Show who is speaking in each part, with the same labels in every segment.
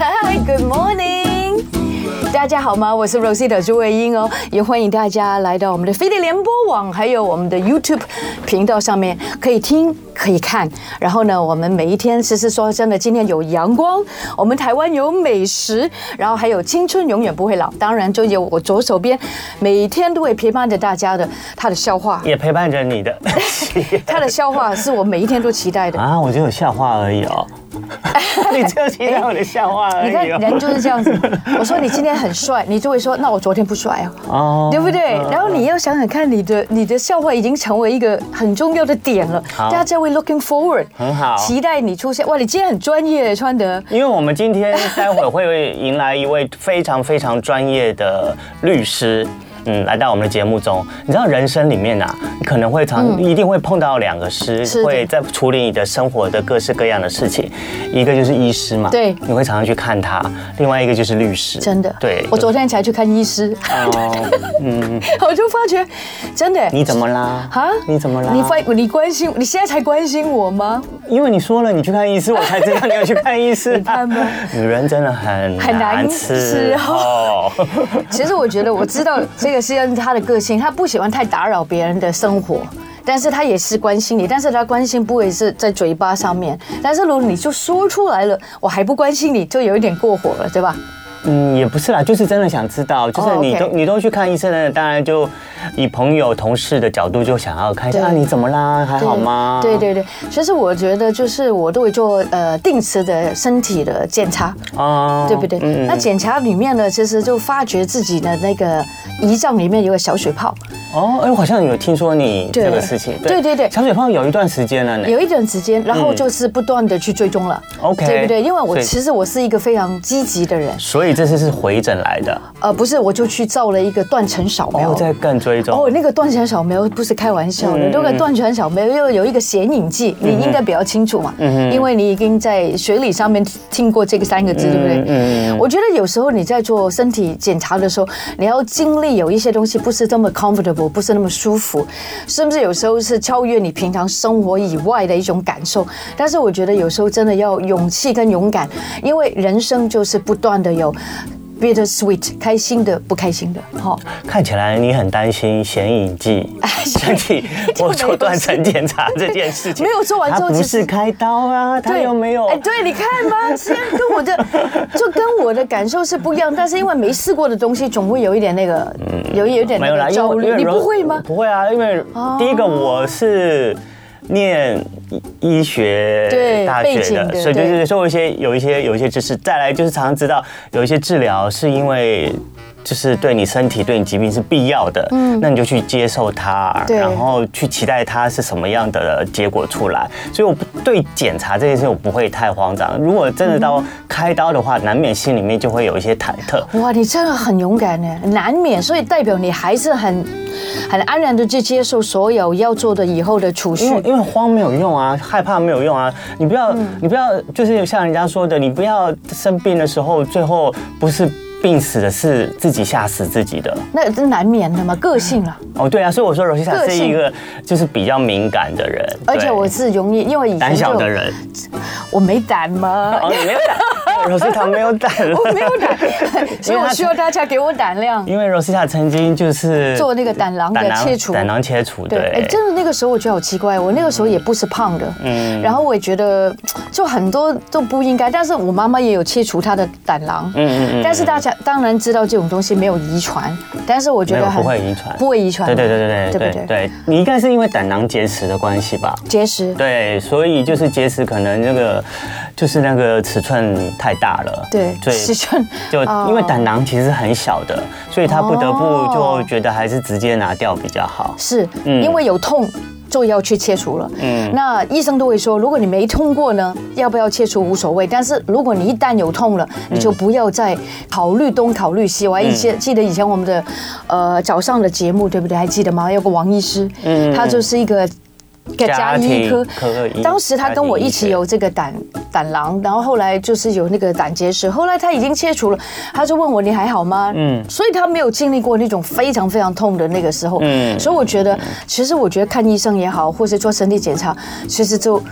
Speaker 1: Hi, good morning，大家好吗？我是 Rosita 朱慧英哦，也欢迎大家来到我们的飞碟联播网，还有我们的 YouTube 频道上面，可以听，可以看。然后呢，我们每一天，其实说真的，今天有阳光，我们台湾有美食，然后还有青春永远不会老。当然，就有我左手边，每天都会陪伴着大家的他的笑话，
Speaker 2: 也陪伴着你 的
Speaker 1: 他的笑话是我每一天都期待的。
Speaker 2: 啊，我只有笑话而已 哦。你只有提到我的笑话而
Speaker 1: 你看
Speaker 2: 已哦。
Speaker 1: 人就是这 样子。我说你今天很帅，你就会说那我昨天不帅哦。
Speaker 2: 哦
Speaker 1: 对不对？然后你要想想看，你的你的笑话已经成为一个很重要的点了，
Speaker 2: 好
Speaker 1: 大家会 looking forward，
Speaker 2: 很好
Speaker 1: 期待你出现。哇，你今天很专业，穿的
Speaker 2: 因为我们今天待会儿会迎来一位非常非常专业的律师。嗯，来到我们的节目中，你知道人生里面啊，你可能会常、一定会碰到两个师
Speaker 1: 嗯是，的
Speaker 2: 会在处理你的生活的各式各样的事情，一个就是医师嘛，
Speaker 1: 对
Speaker 2: 你会常常去看他；，另外一个就是律师，
Speaker 1: 真的。
Speaker 2: 对，
Speaker 1: 我昨天才去看医师，
Speaker 2: 哦，
Speaker 1: 我就发觉，真的。
Speaker 2: 你怎么啦？
Speaker 1: 啊
Speaker 2: 你怎么啦？
Speaker 1: 你关你关心你现在才关心我吗？
Speaker 2: 因为你说了你去看医师，我才知道你要去看医 师。
Speaker 1: 你看吧
Speaker 2: 女人真的很
Speaker 1: 很难哦
Speaker 2: 难哦伺
Speaker 1: 伺
Speaker 2: 候。
Speaker 1: 其实我觉得我知道这个是他的个性，他不喜欢太打扰别人的生活，但是他也是关心你，但是他关心不会是在嘴巴上面，但是如果你就说出来了，我还不关心你，就有一点过火了，对吧？
Speaker 2: 嗯，也不是啦，就是真的想知道，就是
Speaker 1: 哦，OK
Speaker 2: 你都你都去看医生了，当然就以朋友同事的角度就想要看一
Speaker 1: 对
Speaker 2: 下啊，你怎么啦？还好吗？
Speaker 1: 对对对，其实我觉得就是我都会做呃定时的身体的检查，
Speaker 2: 哦
Speaker 1: 对不对？
Speaker 2: 嗯
Speaker 1: 那检查里面呢，其实就发觉自己的那个胰脏里面有个小水泡，
Speaker 2: 哦，哎，我好像有听说你
Speaker 1: 对
Speaker 2: 这个事情。
Speaker 1: 对对对
Speaker 2: 小水泡有一段时间了呢。
Speaker 1: 有一段时间，然后就是不断的去追踪了、
Speaker 2: OK
Speaker 1: 对不对？因为我
Speaker 2: 所以
Speaker 1: 其实我是一个非常积极的人，
Speaker 2: 所以这次是回诊来的，
Speaker 1: 呃，不是，我就去照了一个断层扫
Speaker 2: 然
Speaker 1: 描。
Speaker 2: 后再更追踪。
Speaker 1: 哦，那个断层扫描不是开玩笑
Speaker 2: 嗯
Speaker 1: 的，那个断层扫描又有一个显影剂，你应该比较清楚嘛，
Speaker 2: 嗯
Speaker 1: 因为你已经在学理上面听过这个三个
Speaker 2: 嗯
Speaker 1: 字，对不对？我觉得有时候你在做身体检查的时候，你要经历有一些东西不是这么 comfortable，不是那么舒服，甚至有时候是超越你平常生活以外的一种感受。但是我觉得有时候真的要勇气跟勇敢，因为人生就是不断的有。bitter sweet，开心的，不开心的，哈、
Speaker 2: 看起来你很担心显影剂
Speaker 1: 哎
Speaker 2: 身体或做断层检查这件事 情。
Speaker 1: 没有做完之后
Speaker 2: 它不
Speaker 1: 其实
Speaker 2: 是开刀啊，它
Speaker 1: 对，
Speaker 2: 又没有
Speaker 1: 哎，对，你看 吧，其实跟我的就跟我的感受是不一样，但是因为没试过的东西，总会有一点那个，有一有一点
Speaker 2: 嗯没
Speaker 1: 那
Speaker 2: 有啦，
Speaker 1: 个
Speaker 2: 因
Speaker 1: 焦
Speaker 2: 为
Speaker 1: 虑
Speaker 2: 因。为
Speaker 1: 你不
Speaker 2: 柔
Speaker 1: 会吗？
Speaker 2: 不会啊，因为第一个我是。念医医
Speaker 1: 对
Speaker 2: 学大
Speaker 1: 背
Speaker 2: 学
Speaker 1: 景的
Speaker 2: 的，所以就
Speaker 1: 对
Speaker 2: 是说一些有一些有一些知识，再来就是常常知道有一些治疗是因为就是对你身体对你疾病是必要的，嗯，那你就去接受它，
Speaker 1: 对
Speaker 2: 然后去期待它是什么样的结果出来。所以我不对检查这件事情我不会太慌张，如果真的
Speaker 1: 嗯
Speaker 2: 到开刀的话，难免心里面就会有一些忐忑。
Speaker 1: 哇，你真的很勇敢呢，难免，所以代表你还是很很安然的去接受所有要做的以后的储蓄
Speaker 2: 因。为因为慌没有用啊，害怕没有用啊，你不要、你不
Speaker 1: 嗯
Speaker 2: 要就是像人家说的，你不要生病的时候最后不是。病死的是自己吓死自己的
Speaker 1: 那这难免的嘛，个性啊，
Speaker 2: 哦，对啊，所以我说罗西
Speaker 1: 个
Speaker 2: 塔是
Speaker 1: 性
Speaker 2: 一个就是比较敏感的人，
Speaker 1: 而且
Speaker 2: 对
Speaker 1: 我是容易，因为以前
Speaker 2: 胆小
Speaker 1: 就
Speaker 2: 的，人，
Speaker 1: 我没胆 嘛，
Speaker 2: 哦，你没有 胆，罗西塔没有胆，
Speaker 1: 我没有 胆，所以我
Speaker 2: 他
Speaker 1: 需要大家给我胆量。
Speaker 2: 因为罗西塔曾经就是
Speaker 1: 做那个胆囊的切除
Speaker 2: 胆囊切除，
Speaker 1: 对，哎，
Speaker 2: 对，
Speaker 1: 真的那个时候我觉得好奇怪，我那个时候也不是胖的，嗯，然后我也觉得就很多都不应该，但是我妈妈也有切除她的胆囊，嗯嗯但是大家当然知道这种东西没有遗传，但是我觉
Speaker 2: 没有
Speaker 1: 得很
Speaker 2: 不会遗传
Speaker 1: 不会遗传，
Speaker 2: 对对对
Speaker 1: 对
Speaker 2: 对
Speaker 1: 不
Speaker 2: 对
Speaker 1: 对？
Speaker 2: 对，你应该是因为胆囊结石的关系吧？
Speaker 1: 结石，
Speaker 2: 对，所以就是结石可能那个就是那个尺寸太大了，
Speaker 1: 对，
Speaker 2: 所以
Speaker 1: 尺寸
Speaker 2: 就
Speaker 1: 哦
Speaker 2: 因为胆囊其实很小的，所以他不得不
Speaker 1: 哦
Speaker 2: 就觉得还是直接拿掉比较好。
Speaker 1: 是
Speaker 2: 嗯
Speaker 1: 因为有痛。就要去切除了，嗯，那医生都会说，如果你没痛过呢，要不要切除无所谓。但是如果你一旦有痛了，你就不要再考虑东考虑西。我还以前记得以前我们的，呃，早上的节目对不对？还记得吗？有个王医师，嗯，他就是一个给加医科
Speaker 2: 家庭科医
Speaker 1: 当时他跟我一
Speaker 2: 哎
Speaker 1: 起有这个胆胆囊，然后后来就是有那个胆结石，后来他已经切除了，他就问我你还好吗？嗯，所以他没有经历过那种非常非常痛的那个时候，嗯，所以我觉得，其实我觉得看医生也好，或者做身体检查，其实就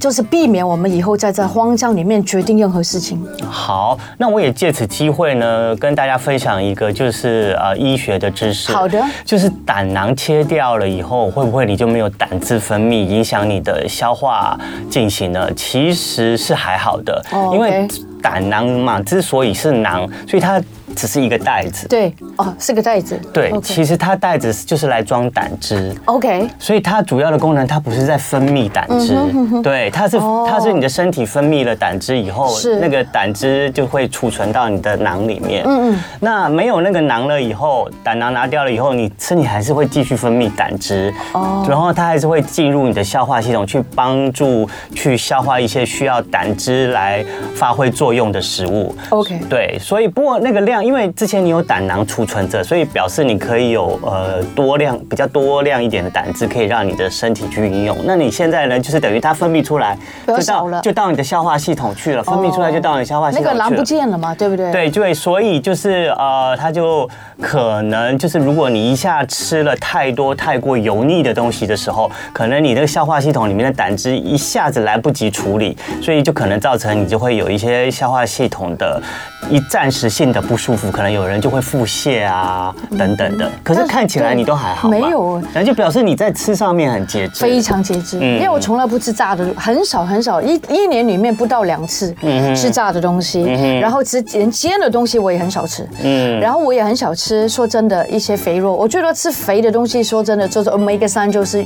Speaker 1: 就是避免我们以后再在慌张里面决定任何事情。
Speaker 2: 好，那我也借此机会呢，跟大家分享一个就是呃医学的知识。
Speaker 1: 好的
Speaker 2: 就是胆囊切掉了以后，会不会你就没有胆汁分泌，影响你的消化进行呢？其实是还好的，
Speaker 1: 哦
Speaker 2: 因为
Speaker 1: OK
Speaker 2: 胆囊嘛，之所以是囊，所以它只是一个袋子。
Speaker 1: 对，哦，是个袋子。
Speaker 2: 对其
Speaker 1: OK
Speaker 2: 实它袋子就是来装胆汁。
Speaker 1: OK，
Speaker 2: 所以它主要的功能，它不是在分泌胆汁，
Speaker 1: 嗯
Speaker 2: 对，它是、
Speaker 1: 哦
Speaker 2: 它是你的身体分泌了胆汁以后
Speaker 1: 是，
Speaker 2: 那个胆汁就会储存到你的囊里面。
Speaker 1: 嗯嗯，
Speaker 2: 那没有那个囊了以后，胆囊拿掉了以后，你身体还是会继续分泌胆汁，
Speaker 1: 哦
Speaker 2: 然后它还是会进入你的消化系统，去帮助去消化一些需要胆汁来发挥作用的食物。
Speaker 1: OK
Speaker 2: 对，所以不过那个量，因为之前你有胆囊储存着，所以表示你可以有呃多量比较多量一点的胆汁，可以让你的身体去运用。那你现在呢，就是等于它分泌出来，
Speaker 1: 比较
Speaker 2: 就
Speaker 1: 少了
Speaker 2: 到就到你的消化系统去了，分泌出来
Speaker 1: 哦
Speaker 2: 就到你的消化系
Speaker 1: 那
Speaker 2: 统去
Speaker 1: 个
Speaker 2: 了。
Speaker 1: 狼不见了嘛，对不对？，
Speaker 2: 对对，所以就是呃，它就可能就是，如果你一下吃了太多太过油腻的东西的时候，可能你那个消化系统里面的胆汁一下子来不及处理，所以就可能造成你就会有一些消化系统的一暂时性的不舒服，可能有人就会腹泻啊等等的。可是
Speaker 1: 嗯但是
Speaker 2: 看起来
Speaker 1: 对
Speaker 2: 你都还好嘛，
Speaker 1: 没有
Speaker 2: 那就表示你在吃上面很节制，
Speaker 1: 非常节制，
Speaker 2: 嗯
Speaker 1: 因为我从来不吃炸的，很少很少，一一年里面不到两次
Speaker 2: 嗯
Speaker 1: 吃炸的东西，然后吃连煎的东西我也很少吃，
Speaker 2: 嗯
Speaker 1: 然后我也很少吃，说真的，一些肥肉，我最多吃肥的东西，说真的就是 omega 三，就是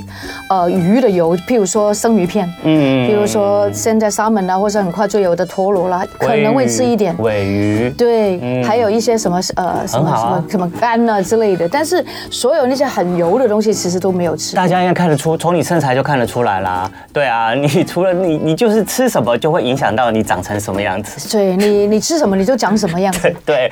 Speaker 1: 呃鱼的油，譬如说生鱼片，嗯，譬如说现在沙门啦，啊或者很快就有的陀螺啦，可能会吃一点，
Speaker 2: 尾鱼。嗯
Speaker 1: 对，还有一些什么呃什么
Speaker 2: 很好
Speaker 1: 什
Speaker 2: 啊
Speaker 1: 么什么肝啊之类的，但是所有那些很油的东西其实都没有吃。
Speaker 2: 大家应该看得出，从你身材就看得出来啦。对啊， 你除了你，你就是吃什么就会影响到你长成什么样子。
Speaker 1: 对你，你吃什么你就长什么样子。
Speaker 2: 对，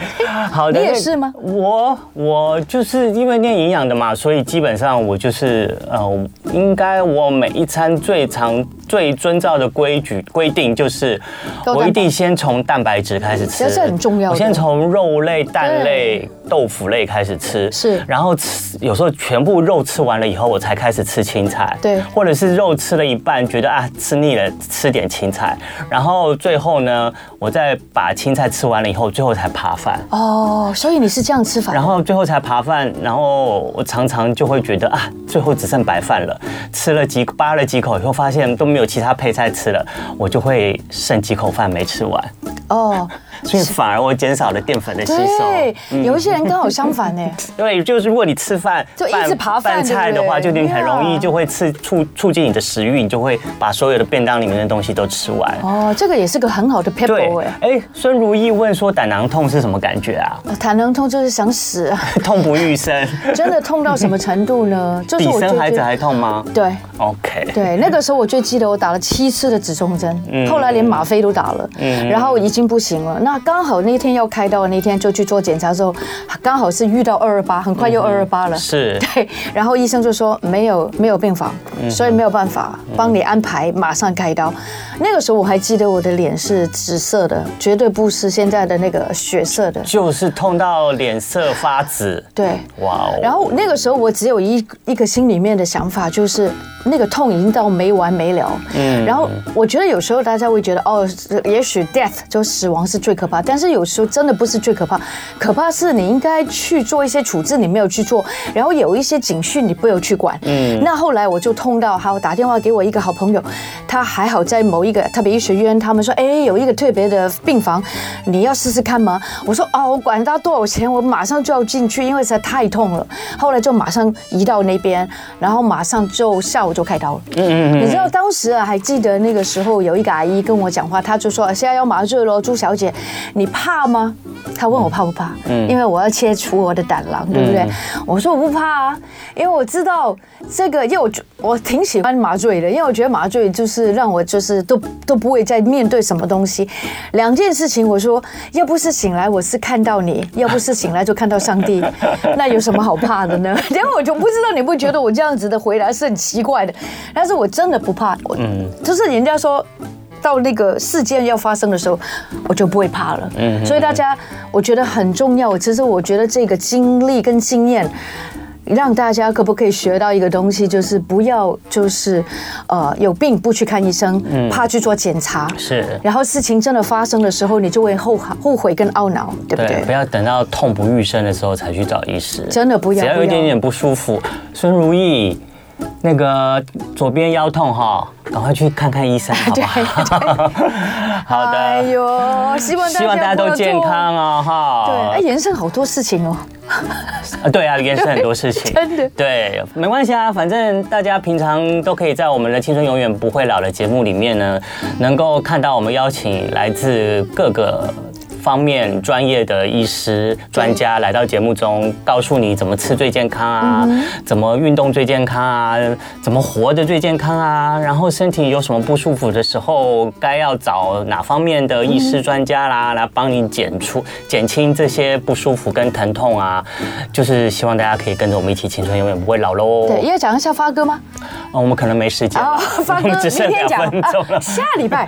Speaker 2: 好的。
Speaker 1: 你也
Speaker 2: 那
Speaker 1: 是吗
Speaker 2: 我我就是因为念营养的嘛，所以基本上我就是呃，应该我每一餐最常最遵照的规矩规定就是，
Speaker 1: 高蛋白
Speaker 2: 我一定先从蛋白质开始吃，
Speaker 1: 这是很重要的
Speaker 2: 我先从肉类、蛋类、豆腐类开始吃，
Speaker 1: 是
Speaker 2: 然后吃有时候全部肉吃完了以后，我才开始吃青菜，
Speaker 1: 对
Speaker 2: 或者是肉吃了一半，觉得啊吃腻了，吃点青菜，然后最后呢，我再把青菜吃完了以后，最后才扒饭。
Speaker 1: 哦，所以你是这样吃法。
Speaker 2: 然后最后才扒饭，然后我常常就会觉得啊，最后只剩白饭了。吃了几扒了几口以后，发现都没有其他配菜吃了，我就会剩几口饭没吃完，
Speaker 1: 哦，
Speaker 2: 所以反而我减少了淀粉的吸
Speaker 1: 对
Speaker 2: 收。，
Speaker 1: 有一些人刚好相反 呢。
Speaker 2: 对，就是如果你吃饭
Speaker 1: 就一直扒饭
Speaker 2: 拌菜的话，
Speaker 1: 对
Speaker 2: 就
Speaker 1: 不对
Speaker 2: 你很容易
Speaker 1: Yeah
Speaker 2: 就会刺促促进你的食欲，你就会把所有的便当里面的东西都吃完。
Speaker 1: 哦，这个也是个很好的
Speaker 2: 对
Speaker 1: people 哎，。
Speaker 2: 哎，孙如意问说胆囊痛是什么感觉啊？
Speaker 1: 谈疼痛就是想死啊，
Speaker 2: 痛不欲生，
Speaker 1: 真的痛到什么程度呢？就
Speaker 2: 比
Speaker 1: 是
Speaker 2: 生孩子
Speaker 1: 觉
Speaker 2: 还痛吗
Speaker 1: 对。
Speaker 2: ？OK，
Speaker 1: 对，那个时候我最记得我打了七次的止痛针，
Speaker 2: 嗯
Speaker 1: 后来连吗啡都打了，然后已经不行了。那刚好那天要开刀的那天就去做检查之后，刚好是遇到二二八，很快又二二八了。
Speaker 2: 是
Speaker 1: 对，然后医生就说没有没有病房，所以没有办法帮你安排马上开刀。那个时候我还记得我的脸是紫色的，绝对不是现在的那个血色的。
Speaker 2: 就是痛到脸色发紫。
Speaker 1: 对，
Speaker 2: 哇哦！
Speaker 1: 然后那个时候我只有一一个心里面的想法，就是那个痛已经到没完没了。嗯，然后我觉得有时候大家会觉得哦，是也许 death 就死亡是最可怕，但是有时候真的不是最可怕，可怕是你应该去做一些处置，你没有去做，然后有一些警讯你没有去管。嗯，那后来我就痛到，还有打电话给我一个好朋友，他还好在某一个特别医学院，他们说哎有一个特别的病房，你要试试看吗？我说哦，我管他多少钱，我马上就要进去，因为实在太痛了。后来就马上移到那边，然后马上就下午就开刀了。嗯嗯你知道当时啊，还记得那个时候有一个阿姨跟我讲话，她就说现在要麻醉了，朱小姐，你怕吗？他问我怕不怕，因为我要切除我的胆囊，对不对？我说我不怕啊，因为我知道这个，因为我就我挺喜欢麻醉的，因为我觉得麻醉就是让我就是都都不会再面对什么东西。两件事情，我说要不是醒来我是看到你，要不是醒来就看到上帝， 那有什么好怕的呢？ 然后我就不知道你不觉得我这样子的回答是很奇怪的，但是我真的不怕，我就是人家说。到那个事件要发生的时候，我就不会怕了。嗯，所以大家，我觉得很重要。其实我觉得这个经历跟经验，让大家可不可以学到一个东西，就是不要就是，呃，有病不去看医生，怕去做检查。
Speaker 2: 是
Speaker 1: 然后事情真的发生的时候，你就会后后悔跟懊恼，对不
Speaker 2: 对，
Speaker 1: 对
Speaker 2: 不？要等到痛不欲生的时候才去找医师，
Speaker 1: 真的不要
Speaker 2: 只要有一
Speaker 1: 不要
Speaker 2: 点点不舒服，孙如意，那个左边腰痛哈，赶快去看看 医生，好不好？ 好
Speaker 1: 哎
Speaker 2: 的，
Speaker 1: 呦，希望大家
Speaker 2: 希望大家
Speaker 1: 不要
Speaker 2: 都健
Speaker 1: 做。
Speaker 2: 康哦，
Speaker 1: 对，哎，
Speaker 2: 哈。
Speaker 1: 延伸好多事情哦。
Speaker 2: 啊对啊，也是很多事情，
Speaker 1: 真的
Speaker 2: 对，没关系啊，反正大家平常都可以在我们的《青春永远不会老》的节目里面呢，能够看到我们邀请来自各个。方面专业的医师专家来到节目中，告诉你怎么吃最健康啊，
Speaker 1: 嗯
Speaker 2: 怎么运动最健康啊，怎么活得最健康啊，然后身体有什么不舒服的时候，该要找哪方面的医师专家啦，来帮你减出减轻这些不舒服跟疼痛啊，就是希望大家可以跟着我们一起青春永远不会老喽。
Speaker 1: 对，要讲一下发哥吗？
Speaker 2: 哦，我们可能没时间了
Speaker 1: 哦，发
Speaker 2: 我
Speaker 1: 哥，
Speaker 2: 们只
Speaker 1: 明
Speaker 2: 剩
Speaker 1: 天
Speaker 2: 两
Speaker 1: 讲
Speaker 2: 分钟了
Speaker 1: 啊，。下礼拜。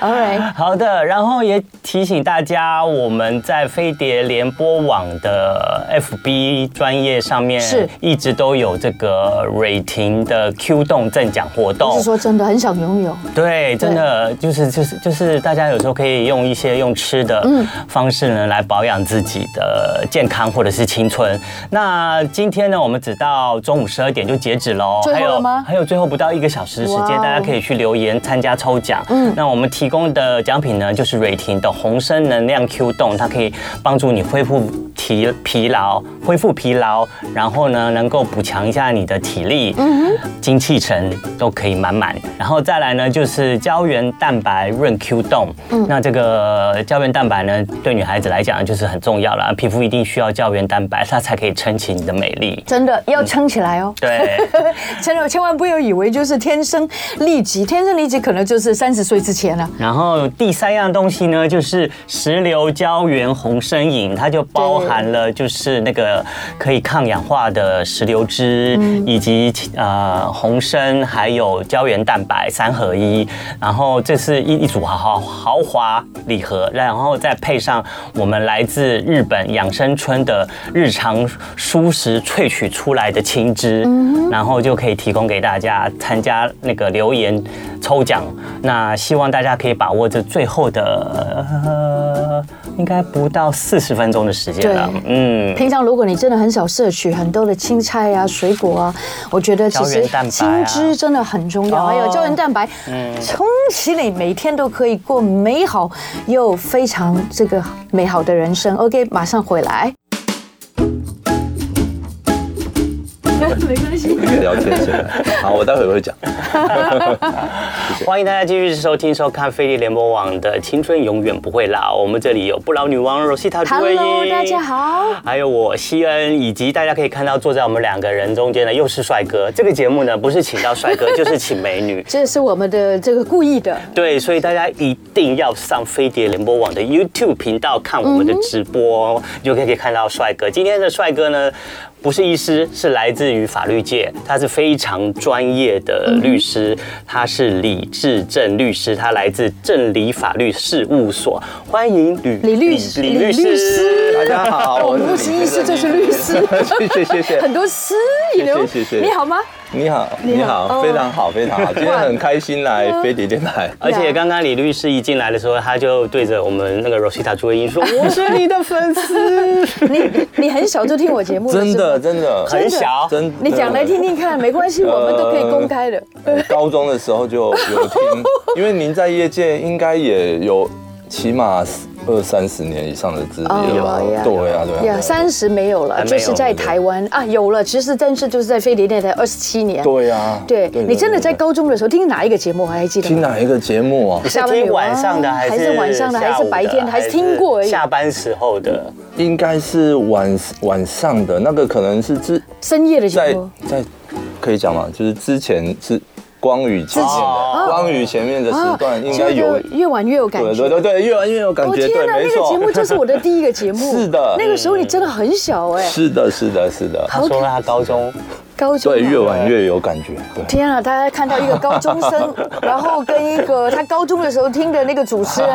Speaker 1: All right。
Speaker 2: 好的，然后也提醒大家，我们在飞碟联播网的 FB 专业上面
Speaker 1: 是
Speaker 2: 一直都有这个蕊婷的 Q 动赠奖
Speaker 1: 不
Speaker 2: 活动
Speaker 1: 是。说真的很想拥有，
Speaker 2: 对，真的就是就是就是大家有时候可以用一些用吃的
Speaker 1: 嗯
Speaker 2: 方式呢来保养自己的健康或者是青春。那今天呢，我们只到中午十二点就截止喽，
Speaker 1: 最后了吗
Speaker 2: 还有最后不到一个小时的时
Speaker 1: 哇
Speaker 2: 间，
Speaker 1: 哦
Speaker 2: 大家可以去留言参加抽奖。
Speaker 1: 嗯
Speaker 2: 那我们提供的奖品呢，就是瑞婷的红参能量 Q 动，它可以帮助你恢复疲疲劳，恢复疲劳，然后呢，能够补强一下你的体力，嗯精气神都可以满满。然后再来呢，就是胶原蛋白润 Q 动，那这个胶原蛋白呢，对女孩子来讲就是很重要了，皮肤一定需要胶原蛋白，它才可以撑起你的美丽。
Speaker 1: 真的要撑起来哦。
Speaker 2: 对。嗯
Speaker 1: 真的千万不要以为就是天生丽质，天生丽质可能就是三十岁之前啊了、
Speaker 2: 然后第三样东西呢，就是石榴胶原红参饮，它就包含了就是那个可以抗氧化的石榴汁，以及呃红参还有胶原蛋白三合一。然后这是一一组豪豪豪华礼盒，然后再配上我们来自日本养生村的日常蔬食萃取出来的青汁，然后就可以提供给大家参加那个留言抽奖。那希望大家可以把握这最后的，呃、应该不到四十分钟的时间了
Speaker 1: 对。
Speaker 2: 嗯，
Speaker 1: 平常如果你真的很少摄取很多的青菜啊、水果啊，我觉得其
Speaker 2: 胶
Speaker 1: 实
Speaker 2: 原蛋白
Speaker 1: 青
Speaker 2: 啊
Speaker 1: 汁真的很重要，
Speaker 2: 哦
Speaker 1: 还有胶原蛋白，充其你每天都可以过美好又非常这个美好的人生。OK，马上回来。
Speaker 3: 聊天起来。好，我待会儿会讲。
Speaker 2: 欢迎大家继续收听收看飞利联播网的《青春永远不会老》，我们这里有不老女王 Rosita 朱慧
Speaker 1: Hello，
Speaker 2: 英
Speaker 1: 大家好。
Speaker 2: 还有我西恩，以及大家可以看到坐在我们两个人中间的又是帅哥。这个节目呢，不是请到帅 哥，就是请美女。
Speaker 1: 这是我们的这个故意的，
Speaker 2: 对，所以大家一定要上飞碟联播网的 YouTube 频道看我们的直播，你就可以看到帅哥。今天的帅哥呢，不是医师，是来自于法律界，他是非常专业的律师，他是李志正律师，他来自正理法律事务所。欢迎吕
Speaker 1: 李律师
Speaker 2: 嗯李律
Speaker 1: 李律
Speaker 2: 师
Speaker 1: 师。
Speaker 3: 大家好，
Speaker 1: 我
Speaker 3: 我，
Speaker 1: 们不哦是医师，这是律师
Speaker 3: 谢谢谢谢
Speaker 1: 很多诗语流。
Speaker 3: 谢谢谢谢
Speaker 1: 你好吗？
Speaker 3: 你好，你
Speaker 1: 哦
Speaker 3: 好，非常好，非常好。今天很开心来飞碟电台。哎
Speaker 2: 而且刚刚李律师一进来的时候，他就对着我们那个 Rosita 朱慧 英说：“我是你的粉丝。
Speaker 1: 你你很小就听我节目了，
Speaker 3: 真
Speaker 1: 是
Speaker 3: 的，
Speaker 1: 吗，
Speaker 3: 真的，
Speaker 2: 很小
Speaker 3: 真的
Speaker 1: 你讲来听听看，没关系，我们都可以公开的。
Speaker 3: 呃高中 的时候就有听，因为您在业界应该也有起码二三十年以上的资历
Speaker 1: 哦有啊有
Speaker 3: 了
Speaker 1: 啊，
Speaker 3: 对啊，对
Speaker 1: 呀，
Speaker 3: 啊，
Speaker 1: 三十没有了，
Speaker 2: 还没
Speaker 1: 就
Speaker 2: 有
Speaker 1: 是在台湾啊，有了。其实但是就是在飞碟电台二十七年。
Speaker 3: 对啊，
Speaker 1: 对，
Speaker 3: 对
Speaker 1: 你真的在
Speaker 3: 对对
Speaker 1: 高中的时候听哪一个节目还记得
Speaker 3: 听
Speaker 1: 吗？
Speaker 3: 哪一个节目啊？
Speaker 1: 下
Speaker 2: 是
Speaker 1: 班有啊
Speaker 2: 听晚上的还
Speaker 1: 还
Speaker 2: 是
Speaker 1: 是晚上的
Speaker 2: 下午
Speaker 1: 还是白天的还是听过而已
Speaker 2: 下班时候的，
Speaker 3: 应该是晚晚上的那个，可能是之
Speaker 1: 深夜的节
Speaker 3: 在
Speaker 1: 目。
Speaker 3: 在可以讲吗？就是之前是光宇前面
Speaker 2: 哦
Speaker 3: 的，光宇前面的
Speaker 1: 啊
Speaker 3: 时段应该
Speaker 1: 这
Speaker 3: 有
Speaker 1: 个，越晚哦越有感
Speaker 3: 对
Speaker 1: 觉
Speaker 3: 对。对对，越玩越有感
Speaker 1: 我
Speaker 3: 觉，
Speaker 1: 天
Speaker 3: 对，
Speaker 1: 哪，
Speaker 3: 没
Speaker 1: 那个节目
Speaker 3: 错，
Speaker 1: 就是我的第一个节目。
Speaker 3: 是的
Speaker 1: 那个时候你真的很小哎，
Speaker 3: 是的，是的，是的，
Speaker 2: 他说他高中
Speaker 1: 高中啊
Speaker 3: 对，越玩越有感觉，对。
Speaker 1: 天啊！大家看到一个高中生，然后跟一个他高中的时候听的那个主持人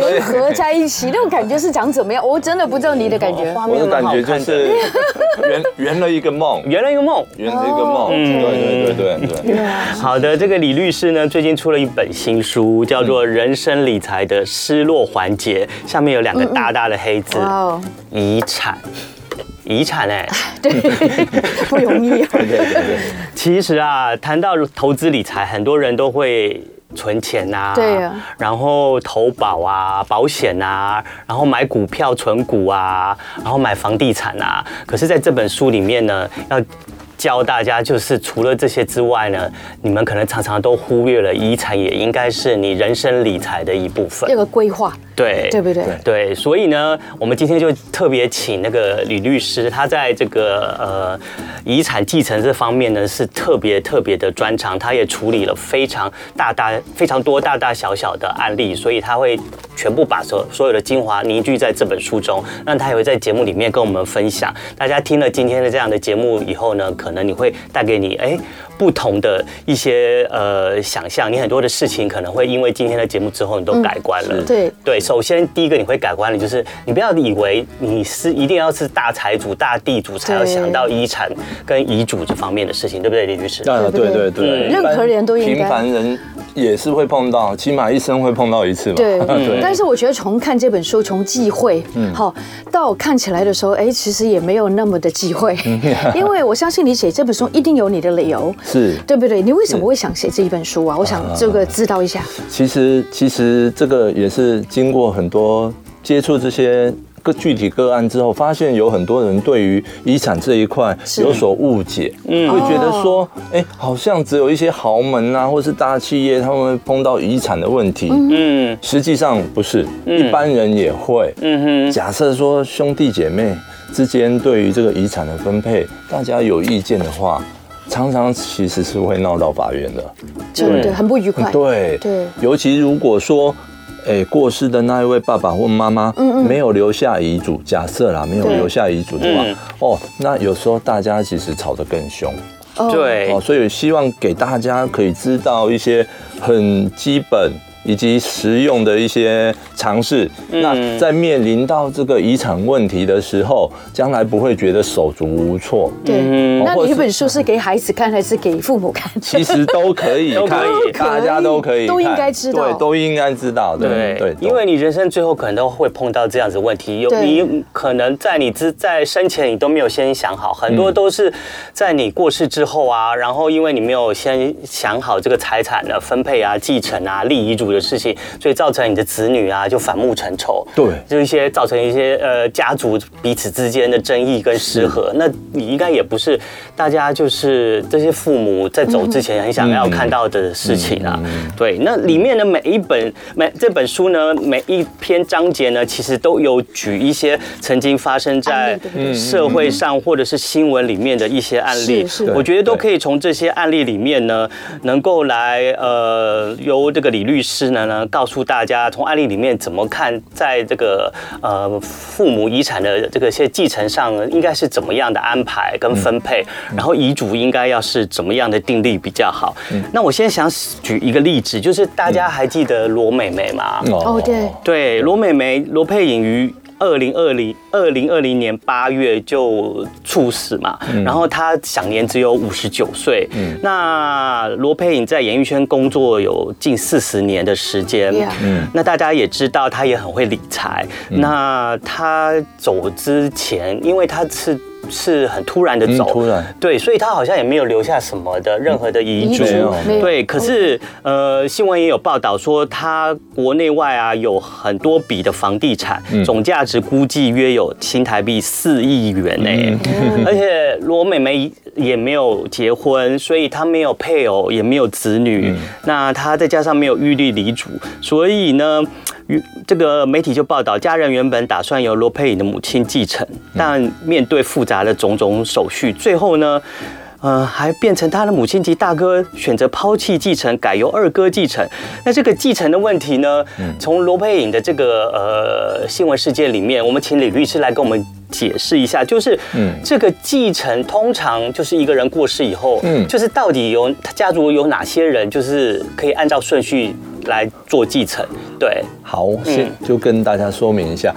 Speaker 1: 联合在一起，那种感觉是长怎么样？我真的不知道你的感觉。
Speaker 2: 画
Speaker 3: 我
Speaker 2: 面
Speaker 3: 的感
Speaker 2: 蛮好
Speaker 3: 觉
Speaker 2: 看
Speaker 3: 就
Speaker 2: 的
Speaker 3: 是圆圆了一个梦，
Speaker 2: 圆了一个梦。
Speaker 3: 圆了一个
Speaker 1: 哦
Speaker 3: 梦，对对对对对。
Speaker 2: 好的，这个李律师呢，最近出了一本新书，叫做《人生理财的失落环节》，下面有两个大大的黑字，
Speaker 1: 哇哦，
Speaker 2: 遗产。遗产哎、
Speaker 1: 对， 不容易啊。
Speaker 3: 对对对，
Speaker 2: 其实啊，谈到投资理财，很多人都会存钱呐、
Speaker 1: 对啊
Speaker 2: 然后投保啊、保险啊，然后买股票、存股啊，然后买房地产啊。可是，在这本书里面呢，要教大家，就是除了这些之外呢，你们可能常常都忽略了遗产，也应该是你人生理财的一部分
Speaker 1: 要。个规划，
Speaker 2: 对，
Speaker 1: 对不对？
Speaker 2: 对，所以呢，我们今天就特别请那个李律师，他在这个呃遗产继承这方面呢是特别特别的专长，他也处理了非常大大非常多大大小小的案例，所以他会全部把所所有的精华凝聚在这本书中。那他也会在节目里面跟我们分享。大家听了今天的这样的节目以后呢，可能你会带给你哎不同的一些呃想象，你很多的事情可能会因为今天的节目之后你都改观了。
Speaker 1: 嗯对
Speaker 2: 对，首先第一个你会改观的就是，你不要以为你是一定要是大财主、大地主才要
Speaker 1: 对
Speaker 2: 想到遗产跟遗嘱这方面的事情，对不对，李律师？
Speaker 3: 啊
Speaker 1: 对
Speaker 3: 对
Speaker 1: 对
Speaker 3: 对
Speaker 1: 嗯
Speaker 3: 对，
Speaker 1: 任何人都应该
Speaker 3: 平凡人也是会碰到，起码一生会碰到一次吧。
Speaker 1: 对，但是我觉得从看这本书，从忌讳，好、到看起来的时候，哎，其实也没有那么的忌讳， 因为我相信你写这本书一定有你的理由，
Speaker 3: 是
Speaker 1: 对不对？你为什么会想写这一本书啊？我想这个知道一下。
Speaker 3: 其实其实这个也是经过很多接触这些个具体个案之后，发现有很多人对于遗产这一块
Speaker 1: 是
Speaker 3: 有所误解，嗯，会觉得说，哎、好像只有一些豪门啊，或是大企业，他们会碰到遗产的问题，
Speaker 2: 嗯
Speaker 3: 实际上不是，一般人也会。
Speaker 2: 嗯
Speaker 3: 假设说兄弟姐妹之间对于这个遗产的分配，大家有意见的话，常常其实是会闹到法院的。
Speaker 1: 真的
Speaker 2: 对
Speaker 1: 很不愉快。
Speaker 3: 嗯对
Speaker 1: 对
Speaker 3: 尤其如果说。哎，过世的那一位爸爸或妈妈没有留下遗嘱，假设啦，没有
Speaker 1: 嗯对
Speaker 3: 留下遗嘱的话
Speaker 2: 嗯，
Speaker 3: 哦，那有时候大家其实吵得更凶
Speaker 1: 哦
Speaker 2: 哼，，对
Speaker 3: 哦，，所以希望给大家可以知道一些很基本以及实用的一些常识。
Speaker 2: 嗯
Speaker 3: 那在面临到这个遗产问题的时候，将来不会觉得手足无措，
Speaker 1: 对。
Speaker 2: 嗯
Speaker 1: 那
Speaker 3: 或
Speaker 1: 你
Speaker 3: 是
Speaker 1: 一本书是给孩子看还是给父母看？
Speaker 3: 其实都可 以
Speaker 2: 都可
Speaker 3: 看
Speaker 2: 以，
Speaker 3: 大家都可以看，
Speaker 1: 都应该知道
Speaker 3: 对，都应该知道的，
Speaker 2: 对
Speaker 3: 对，
Speaker 2: 因为你人生最后可能都会碰到这样子的问题，有
Speaker 1: 对
Speaker 2: 你可能在你之在生前你都没有先想好，很多都是在你过世之后啊，然后因为你没有先想好这个财产的分配啊、继承啊、立遗嘱的事情，所以造成你的子女啊就反目成仇，
Speaker 3: 对
Speaker 2: 就一些造成一些呃家族彼此之间的争议跟失和。那你应该也不是大家就是这些父母在走之前很想要看到的事情啊。
Speaker 1: 嗯
Speaker 2: 对，那里面的每一本每这本书呢，每一篇章节呢，其实都有举一些曾经发生
Speaker 1: 案
Speaker 2: 在
Speaker 1: 例对不对
Speaker 2: 社会上或者是新闻里面的一些案例
Speaker 1: 是是。
Speaker 2: 我觉得都可以从这些案例里面呢，能够来呃，由这个李律师呢呢告诉大家，从案例里面怎么看，在这个呃父母遗产的这个些继承上，应该是怎么样的安排跟分配，然后遗嘱应该要是怎么样的订立比较好。那我现在想举一个例子，就是大家还记得罗美美吗？
Speaker 3: 懂
Speaker 1: 哦对
Speaker 2: 对，罗美美、罗佩颖于二零二零二零二零年八月就猝死嘛，
Speaker 3: 嗯
Speaker 2: 然后他享年只有五十九岁。那罗佩影在演艺圈工作有近四十年的时间
Speaker 1: Yeah
Speaker 3: 嗯
Speaker 2: 那大家也知道他也很会理财。那他走之前，因为他是。是很突然的走，
Speaker 3: 嗯突然
Speaker 2: 对，所以他好像也没有留下什么的任何的遗嘱，
Speaker 3: 没有
Speaker 1: 没有
Speaker 2: 对，可是呃，新闻也有报道说，他国内外啊有很多笔的房地产，
Speaker 1: 嗯
Speaker 2: 总价值估计约有新台币四亿元呢、
Speaker 1: 嗯
Speaker 2: 而且罗美美也没有结婚，所以她没有配偶，也没有子女。
Speaker 1: 嗯
Speaker 2: 那她再加上没有预立遗嘱，所以呢。与这个媒体就报道，家人原本打算由罗佩影的母亲继承，
Speaker 1: 嗯
Speaker 2: 但面对复杂的种种手续，最后呢，呃，还变成他的母亲及大哥选择抛弃继承，改由二哥继承。那这个继承的问题呢？
Speaker 3: 嗯
Speaker 2: 从罗佩影的这个呃新闻事件里面，我们请李律师来跟我们解释一下，就是
Speaker 3: 嗯
Speaker 2: 这个继承通常就是一个人过世以后，
Speaker 3: 嗯
Speaker 2: 就是到底有他家族有哪些人，就是可以按照顺序来做继承？对，
Speaker 3: 好，先就跟大家说明一下，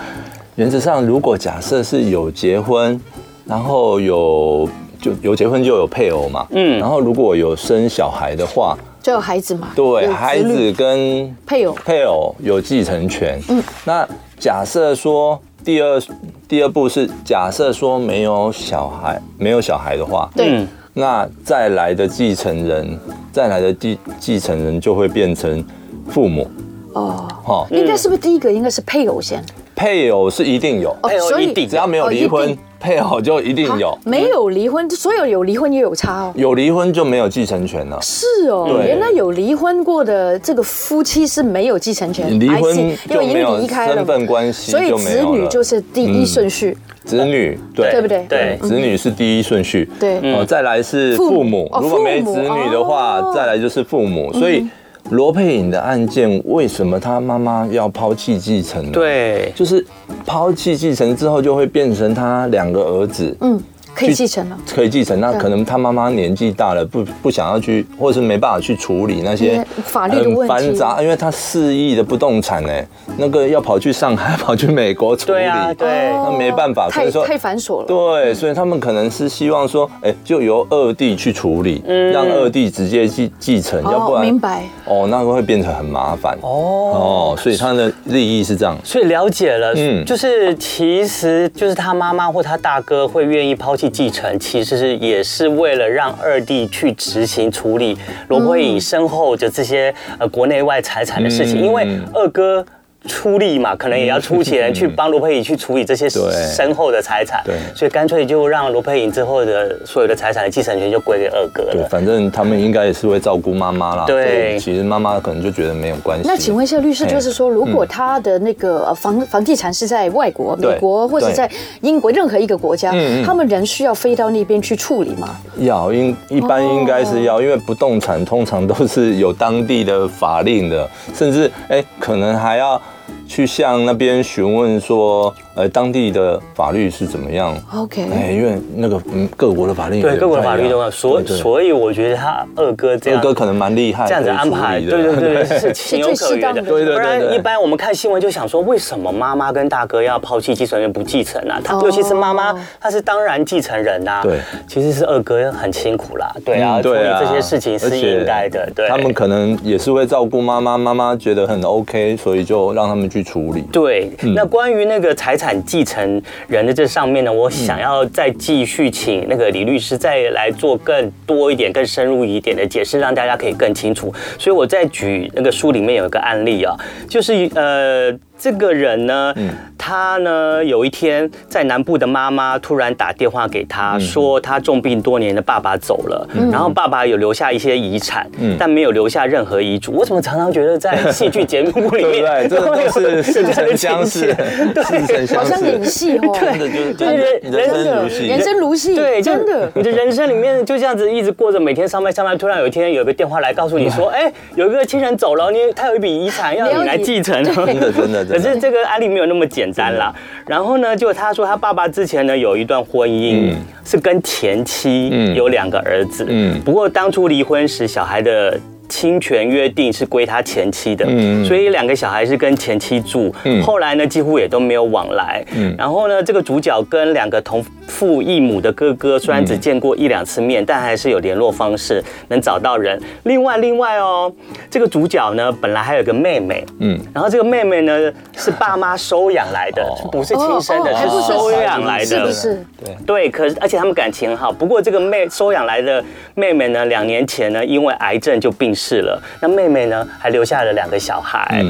Speaker 3: 原则上如果假设是有结婚，然后有就有结婚就有配偶嘛，
Speaker 2: 嗯
Speaker 3: 嗯，然后如果有生小孩的话，
Speaker 1: 就有孩子嘛，
Speaker 3: 对
Speaker 1: 有
Speaker 3: 孩
Speaker 1: 子
Speaker 3: 子
Speaker 1: 女
Speaker 3: 跟
Speaker 1: 配偶
Speaker 3: 配偶有继承权，嗯，那假设说第二第二步是假设说没有小孩没有小孩的话，
Speaker 1: 对
Speaker 2: 嗯
Speaker 3: 那再来的继承人再来的继继承人就会变成父母，
Speaker 1: 哦，
Speaker 3: 哈、
Speaker 1: 应该是不是第一个应该是配偶先？哦
Speaker 3: 配偶是一定有。
Speaker 2: 配偶
Speaker 1: 所
Speaker 2: 一定
Speaker 1: 以
Speaker 3: 只要没有离
Speaker 1: 哦一
Speaker 3: 婚
Speaker 1: 定，
Speaker 3: 配偶就一定有嗯
Speaker 1: 啊，没有离婚，所有有离婚也有差哦。
Speaker 3: 有离婚就没有继承权了。
Speaker 1: 是哦，
Speaker 3: 对
Speaker 1: 原来有离婚过的这个夫妻是没有继承权，
Speaker 3: 离
Speaker 1: I
Speaker 3: 婚
Speaker 1: see，因
Speaker 3: 就
Speaker 1: 为已
Speaker 3: 没有
Speaker 1: 经离开了嘛
Speaker 3: 身份关系就
Speaker 1: 所
Speaker 3: 没
Speaker 1: 以
Speaker 3: 有了
Speaker 1: 子女就是第一顺序。
Speaker 3: 子女对
Speaker 1: 对不对
Speaker 2: 对嗯
Speaker 3: 子女是第一顺序。
Speaker 1: 对
Speaker 3: 哦，再来是父
Speaker 1: 父
Speaker 3: 母
Speaker 1: 母，哦
Speaker 3: 如果没子
Speaker 1: 父母
Speaker 3: 女的话
Speaker 1: 哦，
Speaker 3: 再来就是父母。所以罗佩影的案件，为什么她妈妈要抛弃继承呢？，
Speaker 2: 对，
Speaker 3: 就是抛弃继承之后，就会变成她两个儿子。
Speaker 1: 嗯，可以继承了。
Speaker 3: 可以继承，那
Speaker 1: 对
Speaker 3: 可能他妈妈年纪大了，不不想要去，或者是没办法去处理那些
Speaker 1: 因为法律的问题
Speaker 3: 很繁杂，因为他四亿的不动产哎，那个要跑去上海， 跑去美国处理，
Speaker 2: 对啊，对，
Speaker 1: 哦
Speaker 3: 那没办法所
Speaker 1: 太
Speaker 3: 以说
Speaker 1: 太繁琐了。
Speaker 3: 对，所以他们可能是希望说，哎，就由二弟去处理，
Speaker 2: 嗯
Speaker 3: 让二弟直接继继承，要不
Speaker 1: 哦，
Speaker 3: 然
Speaker 1: 明白。
Speaker 3: 哦，那个会变成很麻烦
Speaker 2: 哦。
Speaker 3: 哦，所以他的利益是这样，
Speaker 2: 所以了解了，
Speaker 3: 嗯
Speaker 2: 就是其实就是他妈妈或他大哥会愿意抛弃继承，其实是也是为了让二弟去执行处理罗伯影身后的这些呃国内外财产的事情，
Speaker 3: 嗯
Speaker 2: 因为二哥。出力嘛，可能也要出钱去帮罗佩影去处理这些
Speaker 3: 对
Speaker 2: 身后的财产，
Speaker 3: 对
Speaker 2: 所以干脆就让罗佩影之后的所有的财产的继承权就归给二哥
Speaker 3: 对，
Speaker 2: 了。
Speaker 3: 反正他们应该也是会照顾妈妈啦，
Speaker 2: 对
Speaker 3: 所以其实妈妈可能就觉得没有关系。
Speaker 1: 那请问一下律师，就是说，如果他的那个呃房房地产是在外国、
Speaker 3: 嗯对
Speaker 1: 美国或者
Speaker 3: 对
Speaker 1: 在英国任何一个国家
Speaker 3: 嗯嗯，
Speaker 1: 他们人需要飞到那边去处理吗？
Speaker 3: 要应一般
Speaker 1: 哦
Speaker 3: 应该是要，因为不动产通常都是有当地的法令的，甚至哎、可能还要去向那边询问说，呃当地的法律是怎么样。
Speaker 1: OK
Speaker 3: 哎、因为那个嗯各国的法令
Speaker 2: 对，各国的法律都有，所
Speaker 3: 所所
Speaker 2: 所以我觉得他二哥这
Speaker 3: 哥
Speaker 2: 样
Speaker 3: 哥可能蛮厉害，
Speaker 2: 这样子
Speaker 3: 可以
Speaker 2: 安排，
Speaker 3: 处理
Speaker 2: 对
Speaker 3: 的
Speaker 2: 对 对，对是情有
Speaker 1: 是最
Speaker 2: 可
Speaker 1: 适
Speaker 2: 原
Speaker 1: 当
Speaker 2: 的。
Speaker 1: 的
Speaker 3: 对对
Speaker 2: 不
Speaker 3: 对
Speaker 2: 然
Speaker 3: 对
Speaker 2: 一般我们看新闻就想说，为什么妈妈跟大哥要抛弃继承人不继承啊？他
Speaker 1: 哦
Speaker 2: 尤其是妈妈，她是当然继承人呐。
Speaker 3: 对，
Speaker 2: 其实是二哥很辛苦啦，对啊，
Speaker 3: 嗯
Speaker 2: 处理
Speaker 3: 对啊
Speaker 2: 这些事情是应该的
Speaker 3: 而且，
Speaker 2: 对。
Speaker 3: 他们可能也是会照顾妈妈，妈妈觉得很 OK，所以就让他们去处理。
Speaker 2: 对，那关于那个财产继承人的这上面呢，我想要再继续请那个李律师再来做更多一点、更深入一点的解释，让大家可以更清楚。所以我再举那个书里面有一个案例啊，就是呃。这个人呢，他呢有一天在南部的妈妈突然打电话给他，说他重病多年的爸爸走了，然后爸爸有留下一些遗产，但没有留下任何遗嘱。我怎么常常觉得在戏剧节目里
Speaker 3: 对不 对？
Speaker 2: 面
Speaker 3: 这个
Speaker 2: 会有
Speaker 3: 都是似曾相识，似曾相识，
Speaker 1: 好像演戏 哦，
Speaker 3: 真的就是
Speaker 2: 对人
Speaker 3: 人
Speaker 2: 真
Speaker 3: 生
Speaker 2: 的
Speaker 3: 如戏，
Speaker 1: 人生如戏，
Speaker 2: 对，就
Speaker 1: 真的。
Speaker 2: 你的人生里面就这样子一直过着，每天上班上班，突然有一天有一个电话来告诉你说， 哎，有一个亲人走了，你他有一笔遗产要
Speaker 1: 你要
Speaker 2: 你来
Speaker 1: 以
Speaker 2: 继承。真
Speaker 3: 的真的真 的
Speaker 2: 可是这个案例没有那么简单啦。然后呢，就他说他爸爸之前呢有一段婚姻
Speaker 3: 嗯
Speaker 2: 是跟前妻
Speaker 3: 嗯
Speaker 2: 有两个儿子，
Speaker 3: 嗯
Speaker 2: 不过当初离婚时小孩的。侵权约定是归他前妻的，嗯，所以两个小孩是跟前妻住，嗯，后来呢几乎也都没有往来，嗯，然后呢这个主角跟两个同父异母的哥哥虽然只见过一两次面，但还是有联络方式，能找到人。另外另外哦，这个主角呢本来还有个妹妹，嗯，然后这个妹妹呢是爸妈收养来的，不是亲生的，
Speaker 1: 哦哦还
Speaker 2: 是
Speaker 1: 不是
Speaker 2: 收养来的，
Speaker 1: 是不是？
Speaker 2: 对，可是而且他们感情很好。不过这个妹收养来的妹妹呢，两年前呢因为癌症就病逝了。那妹妹呢还留下了两个小孩，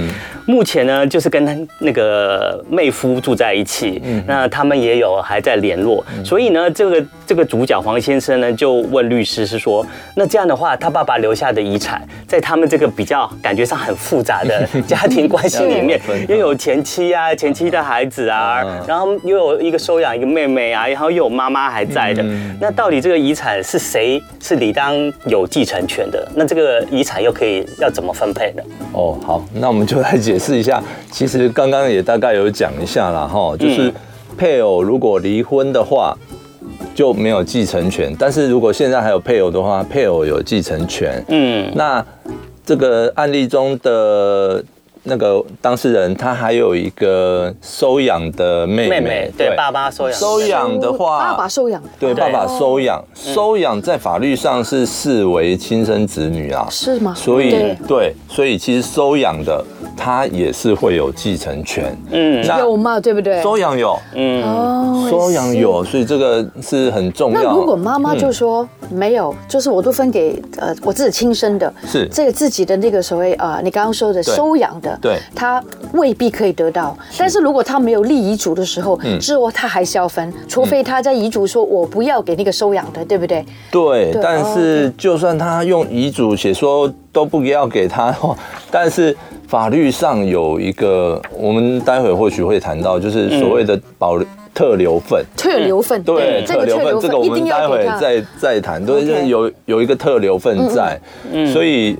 Speaker 2: 目前呢就是跟她那个妹夫住在一起。那他们也有还在联络，所以呢这个这个主角黄先生呢就问律师是说，那这样的话他爸爸留下的遗产，在他们这个比较感觉上很复杂的家庭关系里面
Speaker 3: 嗯，
Speaker 2: 又有前妻啊、前妻的孩子啊
Speaker 3: 嗯，
Speaker 2: 然后又有一个收养一个妹妹啊，然后又有妈妈还在的。
Speaker 3: 嗯
Speaker 2: 那到底这个遗产是谁是理当有继承权的？那这个遗产又可以要怎么分配呢？
Speaker 3: 哦，好，那我们就来解释一下。其实刚刚也大概有讲一下啦，哈，
Speaker 2: 嗯
Speaker 3: 就是配偶如果离婚的话就没有继承权，但是如果现在还有配偶的话，配偶有继承权。
Speaker 2: 嗯
Speaker 3: 那这个案例中的那个当事人，他还有一个收养的妹妹，
Speaker 2: 妹妹对爸爸收养
Speaker 3: 收养的话，
Speaker 1: 爸爸收养
Speaker 3: 对
Speaker 2: 对哦
Speaker 3: 爸爸收养，收养在法律上是视为亲生子女啊，
Speaker 1: 是吗？
Speaker 3: 所以
Speaker 1: 对
Speaker 3: 对，所以其实收养的他也是会有继承权。
Speaker 2: 嗯
Speaker 3: 那
Speaker 1: 有嘛，对不对？
Speaker 3: 收养有，
Speaker 2: 嗯，
Speaker 1: 哦
Speaker 3: 收养。有，所以这个是很重要。
Speaker 1: 那如果妈妈就说、没有，就是我都分给呃我自己亲生的，
Speaker 3: 是
Speaker 1: 这个自己的那个所谓呃你刚刚说的
Speaker 3: 对
Speaker 1: 收养的，
Speaker 3: 对
Speaker 1: 他未必可以得到。但是如果他没有立遗嘱的时候，
Speaker 3: 嗯
Speaker 1: 之后他还是要分，除非他在遗嘱说我不要给那个收养的，对不
Speaker 3: 嗯
Speaker 1: 对？
Speaker 3: 对，
Speaker 1: 对哦
Speaker 3: 但是就算他用遗嘱写说都不要给他 的话，但是法律上有一个，我们待会或许会谈到，就是所谓的保
Speaker 1: 嗯
Speaker 3: 留特留份。
Speaker 1: 特留份，
Speaker 3: 对，
Speaker 1: 这
Speaker 3: 特
Speaker 1: 个
Speaker 3: 留
Speaker 1: 特留
Speaker 3: 份这个
Speaker 1: 份
Speaker 3: 我
Speaker 1: 一
Speaker 3: 们
Speaker 1: 定
Speaker 3: 待
Speaker 1: 要给
Speaker 3: 会
Speaker 1: 他。
Speaker 3: 再再谈，对，就是
Speaker 1: OK 嗯
Speaker 3: 有有一个特留份在，所以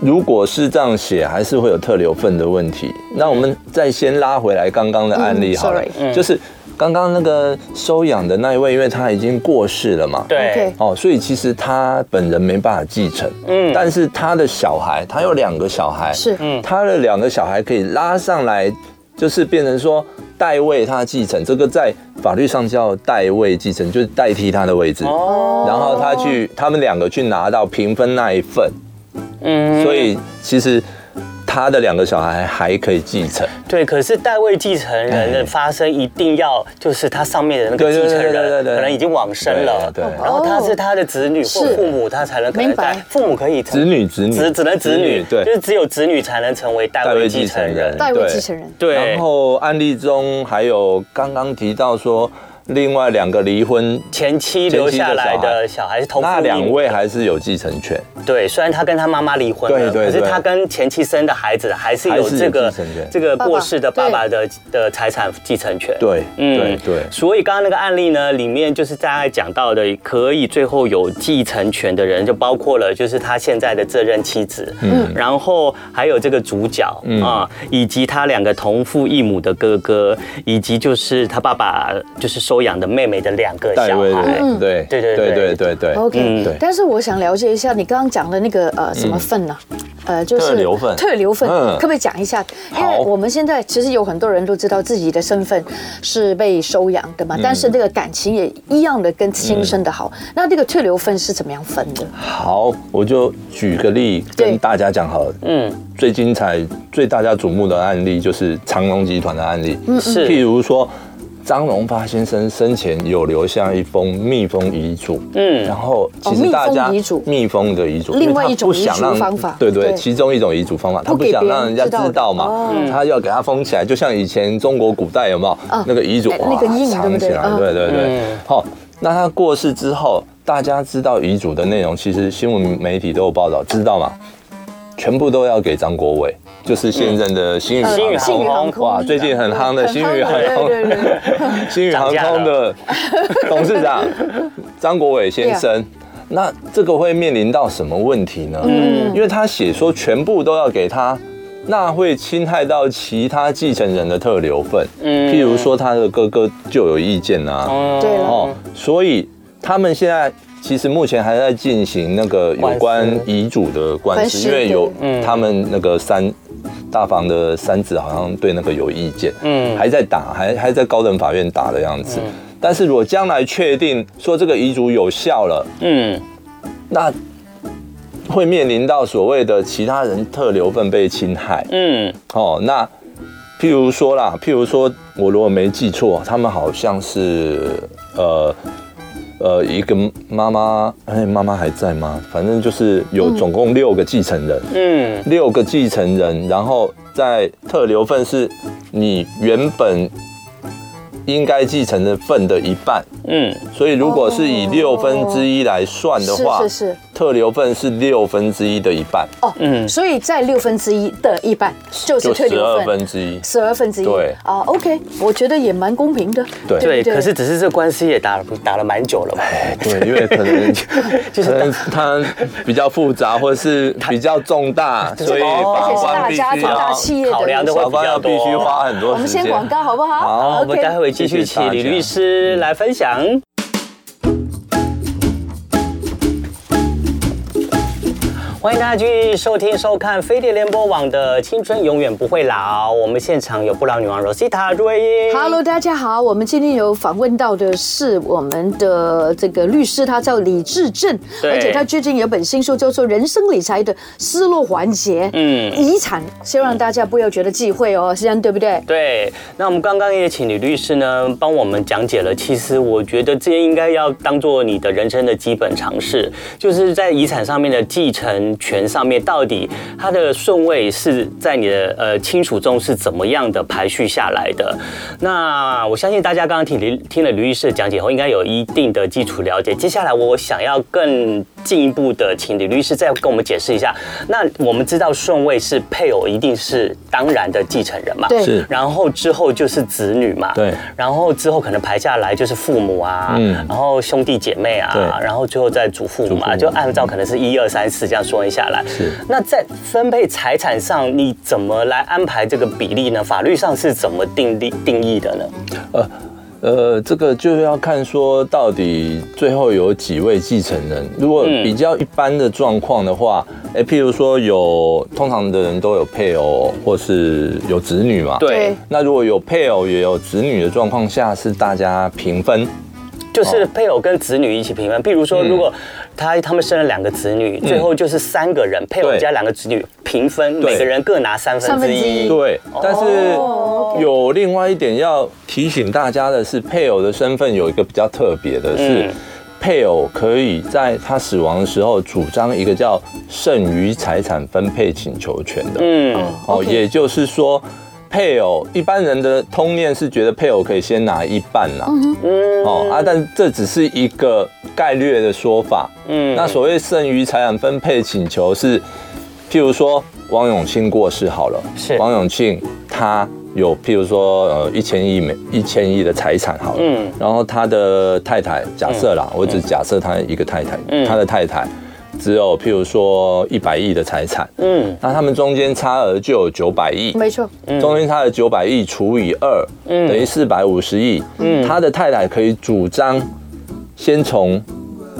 Speaker 3: 如果是这样写，还是会有特留份的问题。那我们再先拉回来刚刚的案例好了
Speaker 1: 嗯，
Speaker 3: 就是刚刚那个收养的那一位，因为他已经过世了嘛，
Speaker 2: 对
Speaker 1: OK，
Speaker 3: 哦，所以其实他本人没办法继承，嗯，但是他的小孩，他有两个小孩，
Speaker 1: 是
Speaker 3: 嗯，他的两个小孩可以拉上来，就是变成说代位他继承，这个在法律上叫代位继承，就是代替他的位置，
Speaker 2: 哦，
Speaker 3: 然后他去，他们两个去拿到平分那一份，
Speaker 2: 嗯，
Speaker 3: 所以其实他的两个小孩还可以继承，
Speaker 2: 对，可是代位继承人的发生一定要就是他上面的那个
Speaker 3: 哎对对
Speaker 2: 继承
Speaker 3: 对对对
Speaker 2: 人
Speaker 3: 对
Speaker 2: 可能已经往生了，
Speaker 3: 对对
Speaker 2: 然后他是他的子女或
Speaker 1: 是
Speaker 2: 父母，他才能可能
Speaker 1: 明白
Speaker 2: 代父母可以
Speaker 3: 子女子女
Speaker 2: 只只能子女，
Speaker 3: 对
Speaker 2: 就是只有子女才能成为代
Speaker 3: 代
Speaker 2: 位
Speaker 3: 位
Speaker 2: 继
Speaker 3: 继
Speaker 2: 承人
Speaker 3: 承人，
Speaker 1: 代位
Speaker 3: 对
Speaker 1: 继承人，
Speaker 2: 对，
Speaker 3: 然后案例中还有刚刚提到说。另外两个离婚
Speaker 2: 前妻留下来的小孩是同父
Speaker 3: 那
Speaker 2: 异
Speaker 3: 两
Speaker 2: 母
Speaker 3: 位还是有继承权，
Speaker 2: 对，虽然他跟他妈妈离婚了，
Speaker 3: 对对对
Speaker 2: 可是他跟前妻生的孩子还是
Speaker 3: 还
Speaker 2: 有
Speaker 3: 是有
Speaker 2: 这个
Speaker 3: 继承权
Speaker 2: 这个
Speaker 1: 爸爸
Speaker 2: 过世的爸爸的的财产继承权。
Speaker 3: 对
Speaker 2: 嗯
Speaker 3: 对对
Speaker 2: 所以刚刚那个案例呢，里面就是大概讲到的，可以最后有继承权的人，就包括了就是他现在的这任妻子，嗯，然后还有这个主角
Speaker 3: 嗯
Speaker 2: 啊，以及他两个同父异母的哥哥，以及就是他爸爸就是收养的妹妹的两个
Speaker 3: 代
Speaker 2: 小
Speaker 3: 位的
Speaker 2: 孩。嗯
Speaker 3: 人，对
Speaker 2: 对对对
Speaker 3: 对对对对
Speaker 1: OK，、
Speaker 3: 对
Speaker 1: 但是我想了解一下你刚刚讲的那个呃什么份呢、呃，就是
Speaker 3: 嗯特留份
Speaker 1: 特留份，
Speaker 3: 嗯
Speaker 1: 可不可以讲一下？因
Speaker 3: 好
Speaker 1: 为我们现在其实有很多人都知道自己的身份是被收养的
Speaker 3: 嗯
Speaker 1: 嘛，但是这个感情也一样的跟亲生的好。那这个特留份是怎么样分的？
Speaker 3: 好，我就举个例
Speaker 1: 对
Speaker 3: 跟大家讲好了。
Speaker 2: 嗯，
Speaker 3: 最精彩、最大家瞩目的案例就是长隆集团的案例。嗯
Speaker 2: 是
Speaker 3: 譬如说，张荣发先生生前有留下一封密封遗嘱。
Speaker 2: 嗯
Speaker 3: 嗯，然后
Speaker 1: 哦
Speaker 3: 其
Speaker 1: 密
Speaker 3: 实
Speaker 1: 封
Speaker 3: 大家
Speaker 1: 遗嘱
Speaker 3: 密封的遗嘱，
Speaker 1: 另外
Speaker 3: 因为他
Speaker 1: 一种
Speaker 3: 不想
Speaker 1: 遗嘱
Speaker 3: 让
Speaker 1: 方法
Speaker 3: 对对，
Speaker 1: 对
Speaker 3: 其中一种遗嘱方法，他
Speaker 1: 不
Speaker 3: 不
Speaker 1: 给
Speaker 3: 想
Speaker 1: 别人
Speaker 3: 让人家
Speaker 1: 知道的
Speaker 3: 知道嘛
Speaker 1: 哦，
Speaker 3: 他要给他封起来，就像以前中国古代有没有
Speaker 1: 啊
Speaker 3: 那个遗嘱
Speaker 1: 哎那个
Speaker 3: 哇
Speaker 1: 印对不
Speaker 3: 藏
Speaker 1: 对
Speaker 3: 起来
Speaker 1: 啊？
Speaker 3: 对对对
Speaker 2: 嗯，
Speaker 3: 好，那他过世之后，大家知道遗嘱的内容，其实新闻媒体都有报道，知道吗？全部都要给张国伟，就是现任的新宇航
Speaker 2: 嗯新
Speaker 1: 呃
Speaker 2: 宇
Speaker 3: 空。
Speaker 2: 航空
Speaker 1: 啊
Speaker 3: 哇，最近很夯的新宇航空，
Speaker 1: 对对对，
Speaker 3: 新宇航空的董事长张国伟先生。那这个会面临到什么问题呢？嗯，因为他写说全部都要给他，那会侵害到其他继承人的特留份。
Speaker 2: 嗯
Speaker 3: 嗯，譬如说他的哥哥就有意见啊。
Speaker 2: 哦
Speaker 1: 对了
Speaker 3: 哦，所以他们现在其实目前还在进行那个有关
Speaker 2: 官司
Speaker 3: 遗嘱的官
Speaker 1: 官
Speaker 3: 司，
Speaker 1: 司
Speaker 3: 因为有
Speaker 2: 嗯
Speaker 3: 他们那个三大房的三子好像对那个有意见，
Speaker 2: 嗯
Speaker 3: 还在打，还还在高等法院打的样子。但是如果将来确定说这个遗嘱有效了，
Speaker 2: 嗯
Speaker 3: 那会面临到所谓的其他人特留份被侵害。
Speaker 2: 嗯
Speaker 3: 哦，那譬如说啦，譬如说我如果没记错，他们好像是呃呃一个妈妈，哎，妈妈还在吗？反正就是有总共六个继承人，
Speaker 2: 嗯
Speaker 3: 六个继承人，然后在特留份是你原本应该继承的份的一半，
Speaker 2: 嗯
Speaker 3: 所以如果是以六分之一来算的话，
Speaker 1: 哦是是是
Speaker 3: 特留份是六分之一的一半，
Speaker 1: 哦，所以在六分之一的一半就是
Speaker 3: 嗯就
Speaker 1: 退
Speaker 3: 十
Speaker 1: 流
Speaker 3: 二
Speaker 1: 分
Speaker 3: 分。之一。
Speaker 1: 十二分之一，
Speaker 3: 对
Speaker 1: 啊，OK，我觉得也蛮公平的，
Speaker 3: 对
Speaker 2: 对，
Speaker 1: 不
Speaker 2: 可是只是这官司也打了打了蛮久了嘛。
Speaker 3: 对，因为可能可能它比较复杂，或者是比较重大，所以
Speaker 2: 哦
Speaker 1: 而且是
Speaker 3: 法官
Speaker 1: 大
Speaker 3: 必
Speaker 1: 家
Speaker 3: 须
Speaker 1: 族、大
Speaker 3: 要
Speaker 1: 企业的
Speaker 2: 考量的
Speaker 3: 法
Speaker 2: 话
Speaker 3: 官要必须花很多
Speaker 1: 我
Speaker 3: 时
Speaker 1: 们
Speaker 3: 间。
Speaker 1: 先广告好不好？
Speaker 3: 好
Speaker 2: 好，我们
Speaker 1: OK
Speaker 2: 待会继续
Speaker 3: 谢谢
Speaker 2: 请
Speaker 3: 大
Speaker 2: 李
Speaker 3: 家嗯
Speaker 2: 律师来分享。欢迎大家继续收听、收看飞碟联播网的《青春永远不会老》。我们现场有不老女王 Rosita 朱茵
Speaker 1: Hello，大家好，我们今天有访问到的是我们的这个律师，他叫李志正，
Speaker 2: 对
Speaker 1: 而且他最近有本新书叫做《人生理财的失落环节》，
Speaker 2: 嗯
Speaker 1: 嗯，遗产，希望大家不要觉得忌讳哦，这样对不对？
Speaker 2: 对，那我们刚刚也请李律师呢帮我们讲解了。其实我觉得这应该要当做你的人生的基本常识，就是在遗产上面的继承权上面，到底它的顺位是在你的呃亲属中是怎么样的排序下来的。那我相信大家刚刚听李听了李律师的讲解后，应该有一定的基础了解。接下来我想要更进一步的，请李律师再跟我们解释一下。那我们知道顺位是配偶一定是当然的继承人嘛？
Speaker 1: 对
Speaker 3: 是
Speaker 2: 然后之后就是子女嘛，
Speaker 3: 对
Speaker 2: 然后之后可能排下来就是父母啊，
Speaker 3: 嗯
Speaker 2: 然后兄弟姐妹
Speaker 3: 对
Speaker 2: 啊，然后最后再祖父
Speaker 3: 祖父
Speaker 2: 嘛，
Speaker 3: 母
Speaker 2: 就按照可能是一二三四这样算下来。
Speaker 3: 是
Speaker 2: 那在分配财产上，你怎么来安排这个比例呢？法律上是怎么定立定义的呢？
Speaker 3: 呃，这个就要看说到底最后有几位继承人。如果
Speaker 1: 嗯
Speaker 3: 比较一般的状况的话，哎、譬如说有通常的人都有配偶或是有子女嘛，。
Speaker 1: 对
Speaker 3: 那如果有配偶也有子女的状况下，是大家平分。
Speaker 2: 就是
Speaker 3: 哦
Speaker 2: 配偶跟子女一起平分。譬如
Speaker 3: 嗯
Speaker 2: 说，如果他他们生了两个子女，最后就是三个人，配偶
Speaker 3: 对
Speaker 2: 加两个子女平分，
Speaker 3: 对
Speaker 2: 每个人各拿三分
Speaker 1: 三分
Speaker 2: 之
Speaker 1: 之
Speaker 2: 一
Speaker 1: 一。
Speaker 3: 对，但是
Speaker 1: 哦，OK
Speaker 3: 有另外一点要提醒大家的是，配偶的身份有一个比较特别的是，
Speaker 2: 嗯
Speaker 3: 配偶可以在他死亡的时候主张一个叫剩余财产分配请求权的。
Speaker 2: 嗯，
Speaker 3: 哦，
Speaker 1: OK
Speaker 3: 也就是说，配偶一般人的通念是觉得配偶可以先拿一半啦。哦啊，但这只是一个概略的说法。
Speaker 2: 嗯
Speaker 3: 嗯，那所谓剩余财产分配请求是，譬如说王永庆过世好了，
Speaker 2: 是
Speaker 3: 王永庆他有譬如说呃一千亿美一千亿的财产好了，
Speaker 2: 嗯
Speaker 3: 嗯，然后他的太太假设啦，我只假设他一个太太，
Speaker 2: 嗯
Speaker 3: 他的太太只有譬如说一百亿的财产，
Speaker 2: 嗯
Speaker 3: 那他们中间差额就有九百亿，
Speaker 1: 没错，
Speaker 3: 中间差额九百亿除以二、
Speaker 1: 嗯
Speaker 3: 等于四百五十亿。他的太太可以主张先从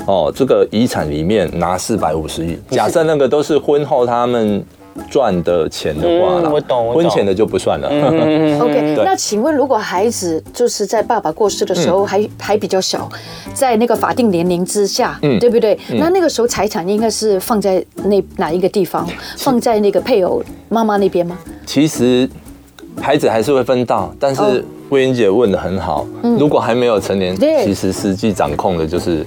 Speaker 3: 哦这个遗产里面拿四百五十亿，假设那个都是婚后他们赚的钱的话啦，
Speaker 2: 嗯我懂我懂
Speaker 3: 婚前的就不算了。
Speaker 1: 嗯 OK，
Speaker 3: 嗯对嗯
Speaker 1: 那请问，如果孩子就是在爸爸过世的时候还、还比较小，在那个法定年龄之下，
Speaker 3: 嗯
Speaker 1: 对不对？那那个时候财产应该是放在那哪一个地方？放在那个配偶妈妈那边吗？
Speaker 3: 其实孩子还是会分到，但
Speaker 1: 哦嗯
Speaker 3: 是魏英姐问的很好，如果还没有成年，
Speaker 1: 对
Speaker 3: 其实实际掌控的就是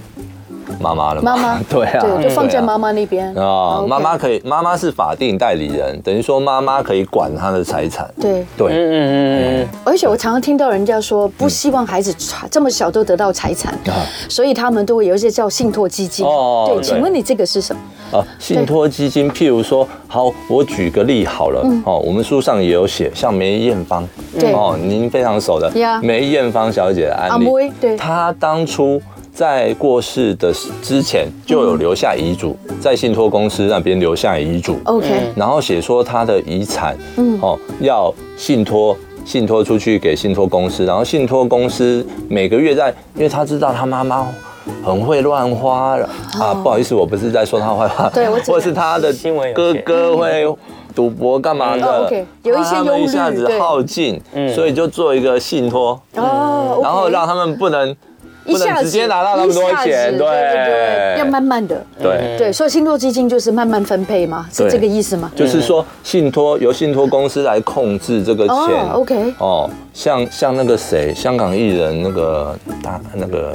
Speaker 3: 妈妈了嘛。
Speaker 1: 妈妈，
Speaker 3: 对啊，
Speaker 1: 对，就放在
Speaker 3: 对啊
Speaker 1: 妈妈那边
Speaker 3: 啊，
Speaker 1: OK
Speaker 3: 妈妈可以，妈妈是法定代理人，等于说妈妈可以管她的财产。
Speaker 1: 对，
Speaker 3: 对，
Speaker 2: 嗯嗯嗯
Speaker 1: 而且我常常听到人家说，不希望孩子这么小都得到财产，
Speaker 3: 啊
Speaker 1: 所以他们都会有一些叫信托基金。
Speaker 3: 哦
Speaker 1: 对，
Speaker 3: 对
Speaker 1: 请问你这个是什么？
Speaker 3: 啊，信托基金，譬如说，好，我举个例好了，哦，我们书上也有写，像梅艳芳，
Speaker 1: 嗯对
Speaker 3: 哦，您非常熟的
Speaker 1: 呀
Speaker 3: 梅艳芳小姐的案
Speaker 1: 阿妹
Speaker 3: 例，
Speaker 1: 对
Speaker 3: 她当初。在过世的之前就有留下遗嘱，在信托公司那边留下遗嘱。
Speaker 1: ？OK，
Speaker 3: 然后写说他的遗产，
Speaker 1: 嗯
Speaker 3: 哦，要信托。信托出去给信托公司，然后信托公司每个月在，因为他知道他妈妈很会乱花啊，不好意思，我不是在说他坏话，
Speaker 1: 哦对我知道
Speaker 3: 或是他的
Speaker 2: 新闻有
Speaker 3: 哥
Speaker 2: 写
Speaker 3: 哥会赌博干嘛
Speaker 1: 嗯哦
Speaker 3: 的啊
Speaker 1: ，OK，有一些
Speaker 3: 他们
Speaker 1: 忧
Speaker 3: 一下
Speaker 1: 虑
Speaker 3: 子
Speaker 1: 对
Speaker 3: 耗尽
Speaker 2: 嗯，
Speaker 3: 所以就做一个信托，
Speaker 1: 哦，
Speaker 3: 然后
Speaker 1: OK
Speaker 3: 让他们不能
Speaker 1: 一
Speaker 3: 不
Speaker 1: 下
Speaker 3: 能
Speaker 1: 子
Speaker 3: 直接拿到那么多
Speaker 1: 一下子
Speaker 3: 钱，
Speaker 1: 对对对，要慢慢的，
Speaker 3: 对。
Speaker 1: 对，所以星座基金就是慢慢分配吗？是
Speaker 3: 对
Speaker 1: 这个意思吗？
Speaker 3: 就是说，信托由信托公司来控制这个钱。
Speaker 1: 哦，OK
Speaker 3: 哦，像像那个谁，香港艺人那个大那个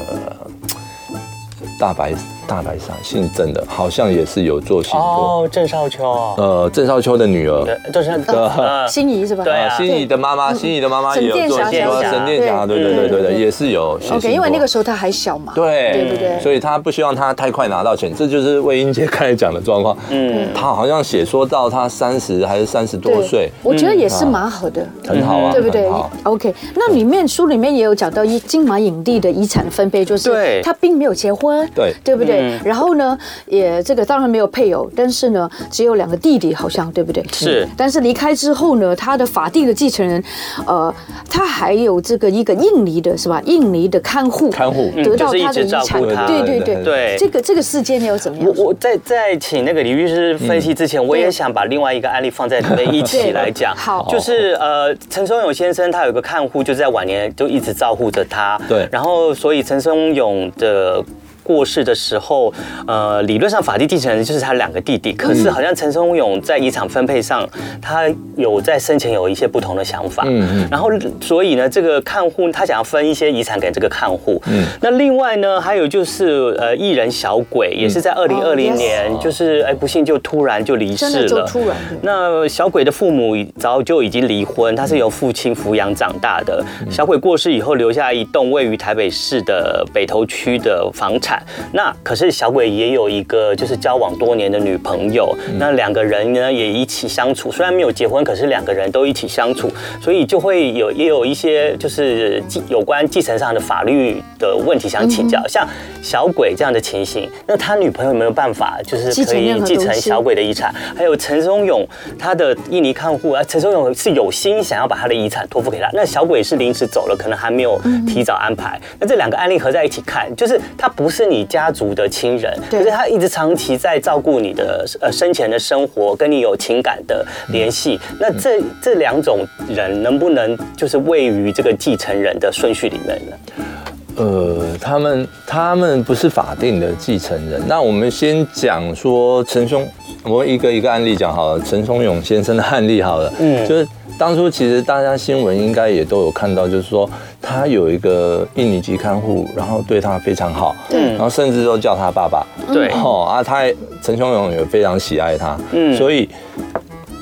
Speaker 3: 大白大白鲨，姓郑的，好像也是有做信托。
Speaker 2: 哦，郑少秋哦，
Speaker 3: 呃，郑少秋的女 儿，
Speaker 2: 对，郑少秋，嗯
Speaker 1: 心仪是吧？
Speaker 2: 对啊
Speaker 3: 啊，心仪的妈妈，心仪的妈妈
Speaker 1: 嗯沈
Speaker 3: 也有
Speaker 1: 殿
Speaker 3: 做
Speaker 1: 霞
Speaker 3: 信
Speaker 2: 小
Speaker 3: 托。
Speaker 2: 姐
Speaker 3: 沈殿霞，
Speaker 1: 对
Speaker 3: 对对
Speaker 1: 对
Speaker 3: 对对
Speaker 1: 对
Speaker 3: 对，也是有写信托。
Speaker 1: OK，因为那个时候他还小嘛，
Speaker 3: 对
Speaker 1: 对不对？
Speaker 3: 所以他不希望他太快拿到钱，这就是魏英杰刚才讲的状况。
Speaker 2: 嗯
Speaker 3: 嗯，他好像写说到他三十还是三十多
Speaker 1: 对
Speaker 3: 岁，嗯
Speaker 1: 我觉得也是蛮好的，
Speaker 3: 很好啊，
Speaker 1: 嗯对不对
Speaker 3: 很好
Speaker 1: ？OK，那里面书里面也有讲到一金马影帝的遗产分配，就是
Speaker 2: 对
Speaker 1: 他并没有结婚，
Speaker 3: 对
Speaker 1: 对不对
Speaker 2: 嗯？
Speaker 1: 然后呢，也这个当然没有配偶，但是呢，只有两个弟弟，好像对不对？
Speaker 2: 是
Speaker 1: 嗯但是离开之后呢，他的法定的继承人，呃，他还有这个一个印尼的是吧？印尼的看护，
Speaker 3: 看护
Speaker 1: 得到
Speaker 2: 嗯就是一
Speaker 1: 他的
Speaker 2: 直
Speaker 1: 遗
Speaker 2: 照
Speaker 1: 产，
Speaker 2: 顾他
Speaker 1: 对对对
Speaker 3: 对
Speaker 2: 对
Speaker 1: 这个这个事件你又怎么样？
Speaker 2: 我我在在请那个李律师分
Speaker 3: 嗯
Speaker 2: 析之前，我也想把另外一个案例放在里面一起来讲。
Speaker 1: 对好
Speaker 2: 就是呃，陈松勇先生他有个看护，就在晚年就一直照顾着他。
Speaker 3: 对
Speaker 2: 然后所以陈松勇的。过世的时候，呃，理论上法定继承人就是他两个弟弟，可
Speaker 3: 嗯
Speaker 2: 是好像陈松勇在遗产分配上，他有在生前有一些不同的想法，
Speaker 3: 嗯嗯
Speaker 2: 然后所以呢，这个看护他想要分一些遗产给这个看护，
Speaker 3: 嗯
Speaker 2: 那另外呢，还有就是呃，艺人小鬼也
Speaker 3: 嗯
Speaker 2: 是在二零二零
Speaker 1: 哦 yes
Speaker 2: 年，就是哎不幸就突然就离世
Speaker 1: 真
Speaker 2: 了，
Speaker 1: 的就突然的
Speaker 2: 那小鬼的父母早就已经离婚，他是由父亲抚养长大的。
Speaker 1: 嗯
Speaker 2: 小鬼过世以后，留下一栋位于台北市的北投区的房产。那可是小鬼也有一个就是交往多年的女朋友，
Speaker 1: 嗯
Speaker 2: 那两个人呢也一起相处，虽然没有结婚，可是两个人都一起相处，所以就会有也有一些就是继有关继承上的法律的问题想请教。
Speaker 1: 嗯
Speaker 2: 像小鬼这样的情形，那他女朋友有没有办法就是
Speaker 1: 继
Speaker 2: 可
Speaker 1: 承
Speaker 2: 以
Speaker 1: 任何
Speaker 2: 继
Speaker 1: 东
Speaker 2: 承
Speaker 1: 西
Speaker 2: 小鬼？贵的遗产，还有陈松勇他的印尼看护啊，陈松勇是有心想要把他的遗产托付给他，那小鬼是临时走了，可能还没有提早安排。那这两个案例合在一起看，就是他不是你家族的亲人，
Speaker 1: 对
Speaker 2: 可是他一直长期在照顾你的呃生前的生活，跟你有情感的联系。
Speaker 3: 嗯
Speaker 2: 那这这两种人能不能就是位于这个继承人的顺序里面呢？
Speaker 3: 呃，他们他们不是法定的继承人。那我们先讲说陈松，我们一个一个案例讲好了。陈松勇先生的案例好了，
Speaker 2: 嗯
Speaker 3: 嗯，就是当初其实大家新闻应该也都有看到，就是说他有一个印尼籍看护，然后对他非常好，
Speaker 1: 对
Speaker 3: 然后甚至都叫他爸爸。
Speaker 2: 对
Speaker 3: 哦啊，他也陈松勇也非常喜爱他，
Speaker 2: 嗯
Speaker 3: 嗯，所以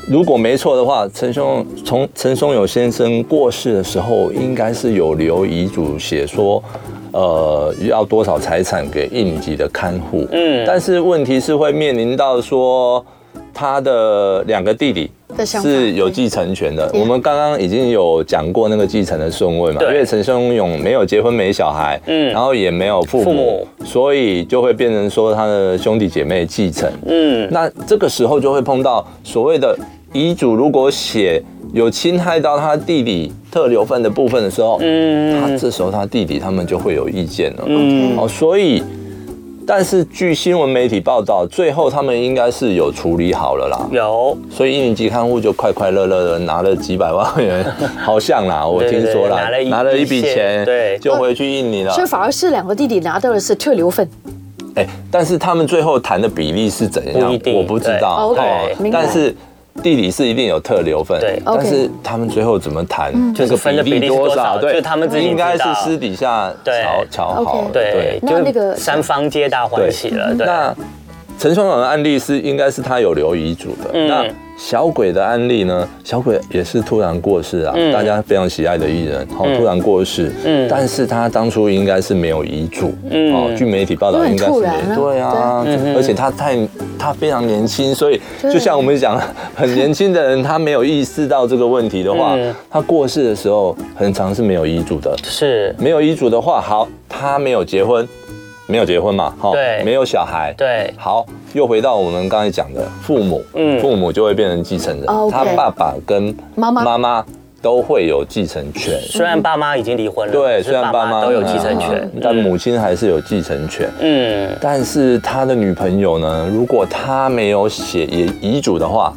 Speaker 3: 如果没错的话，陈松从陈松勇先生过世的时候，应该是有留遗嘱写说，呃，要多少财产给印尼籍的看护，
Speaker 2: 嗯
Speaker 3: 嗯，但是问题是会面临到说他的两个弟弟。
Speaker 1: 的想法嗯
Speaker 3: 是有继承权的。
Speaker 1: 对
Speaker 3: 我们刚刚已经有讲过那个继承的顺位嘛，
Speaker 2: 对
Speaker 3: 因为陈松勇没有结婚，没小孩，
Speaker 2: 嗯
Speaker 3: 嗯，然后也没有父
Speaker 2: 父
Speaker 3: 母
Speaker 2: 母，
Speaker 3: 所以就会变成说他的兄弟姐妹继承。
Speaker 2: 嗯，
Speaker 3: 那这个时候就会碰到所谓的遗嘱，如果写有侵害到他弟弟特留份的部分的时候，
Speaker 2: 嗯
Speaker 3: 嗯，他这时候他弟弟他们就会有意见了，
Speaker 2: 嗯
Speaker 3: 嗯，哦，所以。但是据新闻媒体报道，最后他们应该是有处理好了啦，
Speaker 2: 有
Speaker 3: 所以印尼籍看护就快快乐乐的拿了几百万 元，好像啦，我
Speaker 2: 对对
Speaker 3: 听说
Speaker 2: 拿了
Speaker 3: 啦
Speaker 2: 一，
Speaker 3: 拿了一笔钱，
Speaker 2: 对
Speaker 3: 就回去印尼了
Speaker 1: 所。以反而是两个弟弟拿到的是特留份，
Speaker 3: 哎，但是他们最后谈的比例是怎样
Speaker 2: 不一定，
Speaker 3: 我不知道。
Speaker 1: 对
Speaker 3: 哦
Speaker 2: 对
Speaker 1: 明白
Speaker 3: 但是弟弟是一定有特留份，
Speaker 2: 对
Speaker 3: 但
Speaker 1: OK
Speaker 3: 是他们最后怎么谈，
Speaker 2: 就
Speaker 3: 这
Speaker 2: 是
Speaker 3: 个
Speaker 2: 分的比
Speaker 3: 比
Speaker 2: 例
Speaker 3: 例
Speaker 2: 是多
Speaker 3: 多
Speaker 2: 少
Speaker 3: 少？对，
Speaker 2: 就他们自己
Speaker 3: 应该
Speaker 2: 知
Speaker 3: 是
Speaker 2: 道
Speaker 3: 私底下
Speaker 2: 对
Speaker 3: 瞧瞧好
Speaker 1: OK
Speaker 3: 了，
Speaker 2: 对，
Speaker 1: 那
Speaker 2: 就
Speaker 1: 那个
Speaker 2: 三方皆大欢喜了，对，
Speaker 3: 那陈松勇的案例是应该是他有留遗嘱的。
Speaker 2: 嗯
Speaker 3: 那小鬼的案例呢？小鬼也是突然过世啊，
Speaker 2: 嗯
Speaker 3: 大家非常喜爱的艺人，哦，突然过世。
Speaker 2: 嗯
Speaker 3: 嗯，但是他当初应该是没有遗嘱。
Speaker 2: 嗯
Speaker 3: 哦，据媒体报道
Speaker 1: 因为
Speaker 3: 应该是
Speaker 1: 突
Speaker 3: 没
Speaker 1: 然啊
Speaker 3: 对啊
Speaker 2: 对嗯，
Speaker 3: 而且他太他非常年轻，所以
Speaker 1: 对
Speaker 3: 就像我们讲， 很年轻的人他没有意识到这个问题的话
Speaker 2: 嗯，
Speaker 3: 他过世的时候很长是没有遗嘱的。
Speaker 2: 是，
Speaker 3: 没有遗嘱的话，好，他没有结婚，没有结婚嘛，哈
Speaker 2: 对
Speaker 3: 没有小孩，
Speaker 2: 对，
Speaker 3: 好，又回到我们刚才讲的父母，
Speaker 2: 嗯
Speaker 3: 父母就会变成继承人，
Speaker 1: 哦，OK
Speaker 3: 他爸爸跟
Speaker 1: 妈妈
Speaker 3: 妈妈都会有继承权。
Speaker 2: 虽然爸妈已经离婚了，
Speaker 3: 对，
Speaker 2: 可是
Speaker 3: 虽然爸妈嗯
Speaker 2: 都有继承权，
Speaker 3: 但母亲还是有继承权。
Speaker 2: 嗯
Speaker 3: 但是他的女朋友呢，如果他没有写遗遗嘱的话，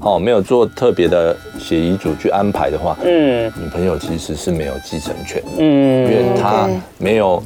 Speaker 3: 哦，没有做特别的写遗嘱去安排的话，
Speaker 2: 嗯
Speaker 3: 女朋友其实是没有继承权，因
Speaker 2: 嗯
Speaker 3: 为她
Speaker 1: OK
Speaker 3: 没有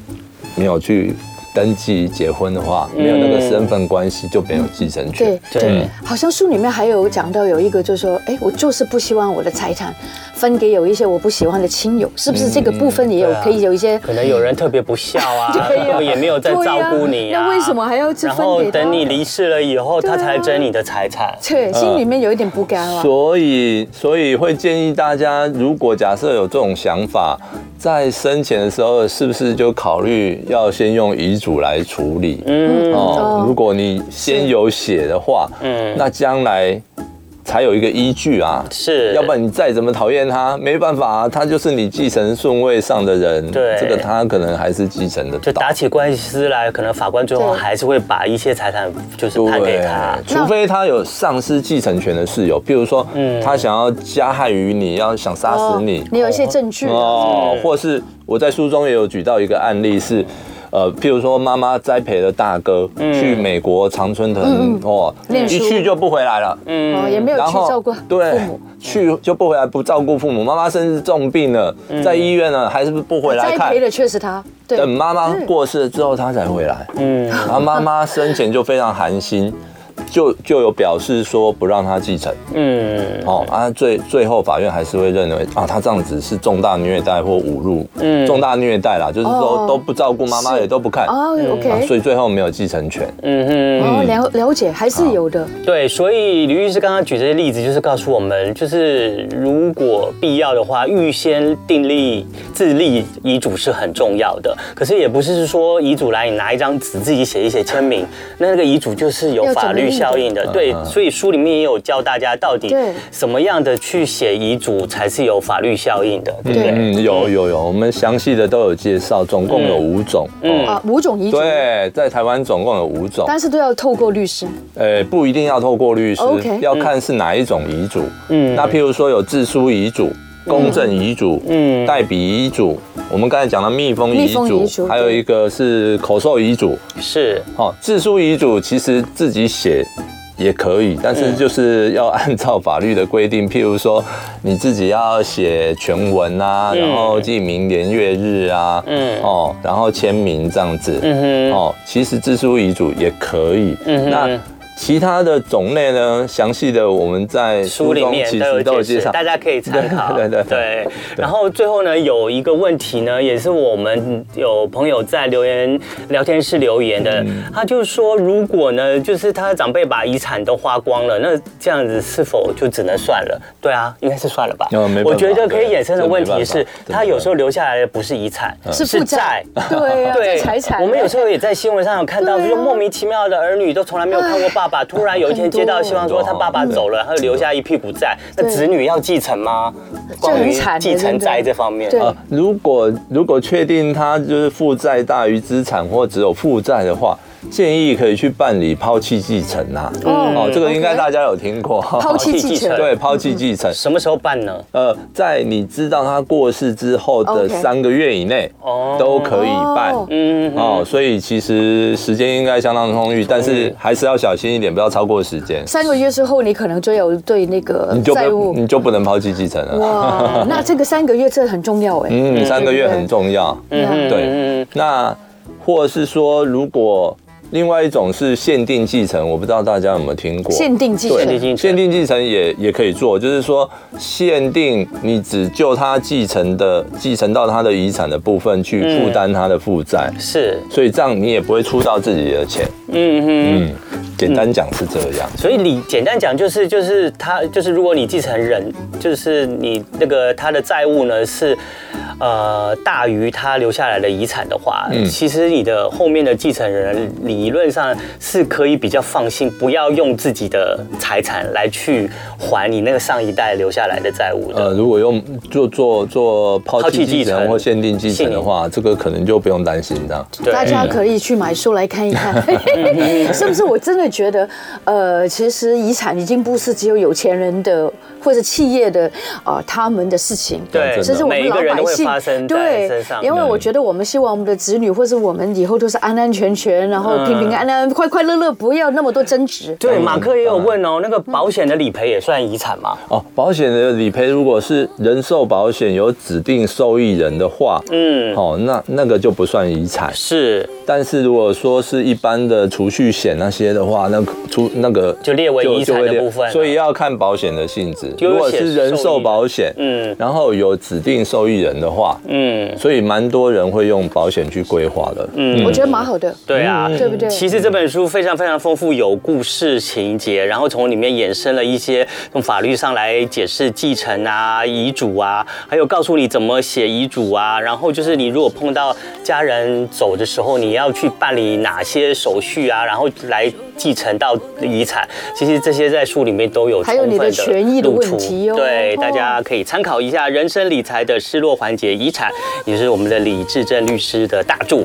Speaker 3: 没有去登记结婚的话，没有那个身份关系就没有继承权
Speaker 1: 嗯对。
Speaker 2: 对
Speaker 1: 对，好像书里面还有讲到有一个，就是说，哎，我就是不希望我的财产分给有一些我不喜欢的亲友，是不是这个部分也有
Speaker 2: 对啊
Speaker 1: 可以有一些
Speaker 2: 可能有人特别不孝 啊，然后也没有在照顾你
Speaker 1: 对
Speaker 2: 啊，
Speaker 1: 呀那为什么还要去
Speaker 2: 然
Speaker 1: 分
Speaker 2: 后
Speaker 1: 给他
Speaker 2: 等你离世了以后，
Speaker 1: 对
Speaker 2: 他
Speaker 1: 啊
Speaker 2: 才争你的财产。
Speaker 1: 对心里面有一点不
Speaker 2: 嗯
Speaker 1: 甘啊？
Speaker 3: 所以，所以会建议大家，如果假设有这种想法，在生前的时候，是不是就考虑要先用遗嘱来处理？
Speaker 2: 嗯
Speaker 3: 哦
Speaker 1: 哦，
Speaker 3: 如果你先有写的话，
Speaker 2: 嗯，
Speaker 3: 那将来才有一个依据啊。
Speaker 2: 是，
Speaker 3: 要不然你再怎么讨厌他，没办法啊，他就是你继承顺位上的人。
Speaker 2: 对
Speaker 3: 这个他可能还是继承的
Speaker 2: 就打起官司来，可能法官最后
Speaker 1: 对
Speaker 2: 还是会把一些财产就是判给他。
Speaker 3: 除非他有丧失继承权的事由，比如说
Speaker 2: 嗯
Speaker 3: 他想要加害于你，要想杀
Speaker 1: 哦
Speaker 3: 死你，
Speaker 1: 你有一些证据啊，
Speaker 3: 哦
Speaker 2: 是，
Speaker 3: 或是我在书中也有举到一个案例是。呃，譬如说，妈妈栽培了大哥、去美国常春藤，哦，
Speaker 1: 嗯念
Speaker 3: 一
Speaker 1: 书
Speaker 3: 去就不回来了，
Speaker 1: 哦，也没有
Speaker 3: 然
Speaker 1: 去
Speaker 3: 后
Speaker 1: 照顾父
Speaker 3: 对
Speaker 1: 母，，嗯
Speaker 3: 去就不回来，不照顾父母，妈妈甚至重病了，在医院呢，还是不回来
Speaker 1: 栽
Speaker 3: 看
Speaker 1: 培。的却是他，对，嗯
Speaker 3: 等妈妈过世了之后，他才回来。
Speaker 2: 嗯，
Speaker 3: 然后妈妈生前就非常寒心，就就有表示说不让他继承。
Speaker 2: 嗯
Speaker 3: 哦啊，最最后法院还是会认为啊，他这样子是重大虐待或侮辱，
Speaker 2: 嗯
Speaker 3: 重大虐待啦，就是说
Speaker 1: 哦
Speaker 3: 都不照顾妈妈，
Speaker 1: 是
Speaker 3: 也都不看，啊，
Speaker 1: 哦，OK，
Speaker 3: 所以最后没有继承权。
Speaker 2: 嗯
Speaker 1: 哦，了了解还是有的，
Speaker 2: 哼，对，所以吕律师刚刚举这些例子，就是告诉我们，就是如果必要的话，预先订立自立遗嘱是很重要的。可是也不是说遗嘱来你拿一张纸自己写一写签名，那那个遗嘱就是有
Speaker 1: 要怎么
Speaker 2: 法律
Speaker 1: 立的
Speaker 2: 效应的。对，所以书里面也有教大家到底
Speaker 1: 对
Speaker 2: 什么样的去写遗嘱才是有法律效应的，对不对？
Speaker 3: 嗯，有有有，我们详细的都有介绍，总共有五种。
Speaker 2: 嗯
Speaker 3: 嗯，
Speaker 1: 啊，五种遗嘱，
Speaker 3: 对，在台湾总共有五种，
Speaker 1: 但是都要透过律师，
Speaker 3: 呃，不一定要透过律师
Speaker 1: OK，
Speaker 3: 要看是哪一种遗嘱。
Speaker 2: 嗯
Speaker 3: 嗯，那譬如说有自书遗嘱、公证遗嘱、
Speaker 2: 嗯
Speaker 3: 嗯，代笔遗嘱，我们刚才讲的密封遗
Speaker 1: 密封遗
Speaker 3: 嘱，
Speaker 1: 嘱
Speaker 3: 还有一个是口授遗嘱。
Speaker 2: 是，
Speaker 3: 哦，自书遗嘱其实自己写也可以，但
Speaker 2: 嗯
Speaker 3: 是就是要按照法律的规定，譬如说你自己要写全文啊，
Speaker 2: 嗯
Speaker 3: 然后记明年月日啊，
Speaker 2: 嗯
Speaker 3: 哦，然后签名这样子，
Speaker 2: 嗯哼，
Speaker 3: 哦，其实自书遗嘱也可以，
Speaker 2: 嗯哼
Speaker 3: 那。其他的种类呢，详细的我们在
Speaker 2: 书里
Speaker 3: 中
Speaker 2: 面
Speaker 3: 其
Speaker 2: 都
Speaker 3: 实都有
Speaker 2: 有解
Speaker 3: 介
Speaker 2: 释，
Speaker 3: 绍。
Speaker 2: 大家可以参考。
Speaker 3: 对对对
Speaker 2: 然后最后呢，有一个问题呢，也是我们有朋友在留言聊天室留言的，
Speaker 3: 嗯
Speaker 2: 他就说，如果呢，就是他的长辈把遗产都花光了，那这样子是否就只能算了？对啊，应该是算了吧。
Speaker 3: 嗯没办法
Speaker 2: 我觉得可以衍生的问题
Speaker 3: 对这没
Speaker 2: 是
Speaker 3: 办法，嗯
Speaker 2: 他有时候留下来的不是遗产，
Speaker 1: 是负债，对啊，这财产，
Speaker 2: 我们有时候也在新闻上有看到，
Speaker 1: 对啊
Speaker 2: 就莫名其妙的儿女都从来没有看过爸爸，突然有一天接到希望说
Speaker 3: 很多
Speaker 2: 他爸爸走了，他就留下一屁股债，那
Speaker 1: 对
Speaker 2: 子女要继承吗？关
Speaker 1: 很
Speaker 2: 于
Speaker 1: 惨的
Speaker 2: 继承债这方面，
Speaker 1: 真的
Speaker 3: 呃，如果如果确定他就是负债大于资产或只有负债的话，建议可以去办理抛弃继承啊。哦，这个应该
Speaker 1: OK
Speaker 3: 大家有听过。
Speaker 1: 嗯哦抛弃
Speaker 2: 哦抛弃
Speaker 1: 继
Speaker 2: 继承
Speaker 1: 承，嗯
Speaker 3: 对，抛弃继承。
Speaker 2: 什么时候办呢？
Speaker 3: 呃，在你知道他过世之后的
Speaker 1: OK
Speaker 3: 三个月以内
Speaker 2: 哦
Speaker 3: 都可以办。
Speaker 1: 哦
Speaker 2: 嗯，
Speaker 3: 哦，所以其实时间应该相当充
Speaker 1: 嗯
Speaker 3: 裕，但是还是要小心一点，不要超过时间，
Speaker 1: 三个月之后，你可能就有对那个
Speaker 3: 你
Speaker 1: 嗯
Speaker 3: 就
Speaker 1: 债
Speaker 3: 不
Speaker 1: 务。
Speaker 3: 你就不能抛弃继承
Speaker 2: 嗯
Speaker 3: 了。
Speaker 1: 哇，那这个三个月这很重要哎。
Speaker 3: 嗯，三个月
Speaker 1: 对
Speaker 3: 很重要。
Speaker 1: 嗯
Speaker 3: 对
Speaker 2: 嗯
Speaker 3: 那或是说，如果另外一种是限定继承，我不知道大家有没有听过？
Speaker 1: 限定继
Speaker 3: 对
Speaker 2: 限定
Speaker 1: 承，
Speaker 2: 继承
Speaker 3: 限定继承也也可以做，就是说限定你只就他继承的继承到他的遗产的部分去
Speaker 2: 嗯
Speaker 3: 负担他的负债，
Speaker 2: 是，
Speaker 3: 所以这样你也不会出到自己的钱。
Speaker 2: 嗯哼。
Speaker 3: 嗯，简单讲是这样。
Speaker 2: 所以你简单讲就是就是他就是如果你继承人就是你那个他的债务呢是，呃大于他留下来的遗产的话，其实你的后面的继承人理论上是可以比较放心，不要用自己的财产来去还你那个上一代留下来的债务的。
Speaker 3: 呃，如果用做做做抛
Speaker 2: 抛弃
Speaker 3: 弃
Speaker 2: 继
Speaker 3: 继承
Speaker 2: 承
Speaker 3: 或限定继承
Speaker 2: 限
Speaker 3: 的
Speaker 2: 定
Speaker 3: 话，这个可能就不用担心这样。
Speaker 2: 对
Speaker 1: 大家可以去买书来看一看，
Speaker 2: 嗯
Speaker 1: 是不是？我真的觉得，呃，其实遗产已经不是只有有钱人的或者企业的啊、呃他们的事情，
Speaker 2: 对
Speaker 1: 这是我
Speaker 2: 每
Speaker 1: 们
Speaker 2: 一
Speaker 1: 老
Speaker 2: 个人都
Speaker 1: 百
Speaker 2: 会
Speaker 1: 姓
Speaker 2: 发生在身
Speaker 1: 对
Speaker 2: 上，嗯
Speaker 1: 因为我觉得我们希望我们的子女或是我们以后都是安安全全，然
Speaker 2: 嗯
Speaker 1: 后平平安安、快快乐乐，不要那么多争执。
Speaker 2: 对，马克也有问哦，那个保险的理赔也算遗产吗？
Speaker 3: 哦，保险的理赔如果是人寿保险有指定受益人的话，
Speaker 2: 嗯，
Speaker 3: 哦，那那个就不算遗产。
Speaker 2: 是，
Speaker 3: 但是如果说是一般的储蓄险那些的话，那个出那个
Speaker 2: 就列为遗产
Speaker 3: 就会列
Speaker 2: 的部分了啊
Speaker 3: 所以要看保险的性质。
Speaker 2: 就有
Speaker 3: 如果
Speaker 2: 写
Speaker 3: 是人
Speaker 2: 受益
Speaker 3: 寿
Speaker 2: 人
Speaker 3: 保险，
Speaker 2: 嗯
Speaker 3: 然后有指定受益人的话，
Speaker 2: 嗯。
Speaker 3: 所以蛮多人会用保险去规划的。
Speaker 1: 我觉得蛮好的，
Speaker 2: 对啊，
Speaker 1: 对不对
Speaker 2: 其实这本书非常非常丰富，有故事情节，然后从里面衍生了一些从法律上来解释继承啊、遗嘱啊，还有告诉你怎么写遗嘱啊，然后就是你如果碰到家人走的时候，你要去办理哪些手续啊，然后来继承到遗产。其实这些在书里面都有
Speaker 1: 还有你的
Speaker 2: 充分
Speaker 1: 权益的
Speaker 2: 露出
Speaker 1: 问题哦
Speaker 2: 对，
Speaker 1: 哦
Speaker 2: 大家可以参考一下《人生理财的失落环节遗产》，也是我们的李志正律师的大著。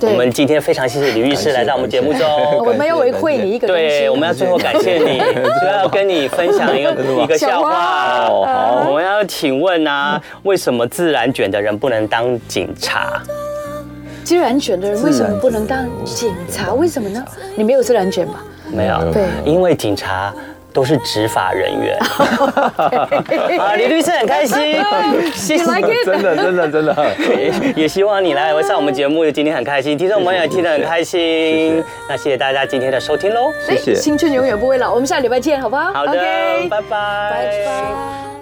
Speaker 1: 对
Speaker 2: 我们今天非常谢谢李律师来到我们节目中。
Speaker 1: 哦我们要维护你一个东啊西。
Speaker 2: 对，我们要最后感谢你，就要跟你分享一个一个笑话。
Speaker 3: 哦，好，
Speaker 2: 我们要请问啊，为什么自然卷的人不能当警察？
Speaker 1: 自然卷的人为什么不能当警察？为什么呢？你没有自然卷吧？
Speaker 2: 没有，
Speaker 1: 对
Speaker 2: 因为警察都是执法人 员。啊，李律师很开心，谢谢
Speaker 1: You。like it？
Speaker 3: 真的真的 真的，
Speaker 2: 也也希望你来上我们节目，今天很开心，听众朋友也听得很开
Speaker 3: 谢
Speaker 2: 心
Speaker 3: 谢。
Speaker 2: 那谢谢大家今天的收听喽。
Speaker 1: 哎
Speaker 3: 谢谢。
Speaker 1: 青春永远不会老，我们下礼拜见，好不好？
Speaker 2: 好的
Speaker 1: OK，
Speaker 2: 拜拜
Speaker 1: 拜拜。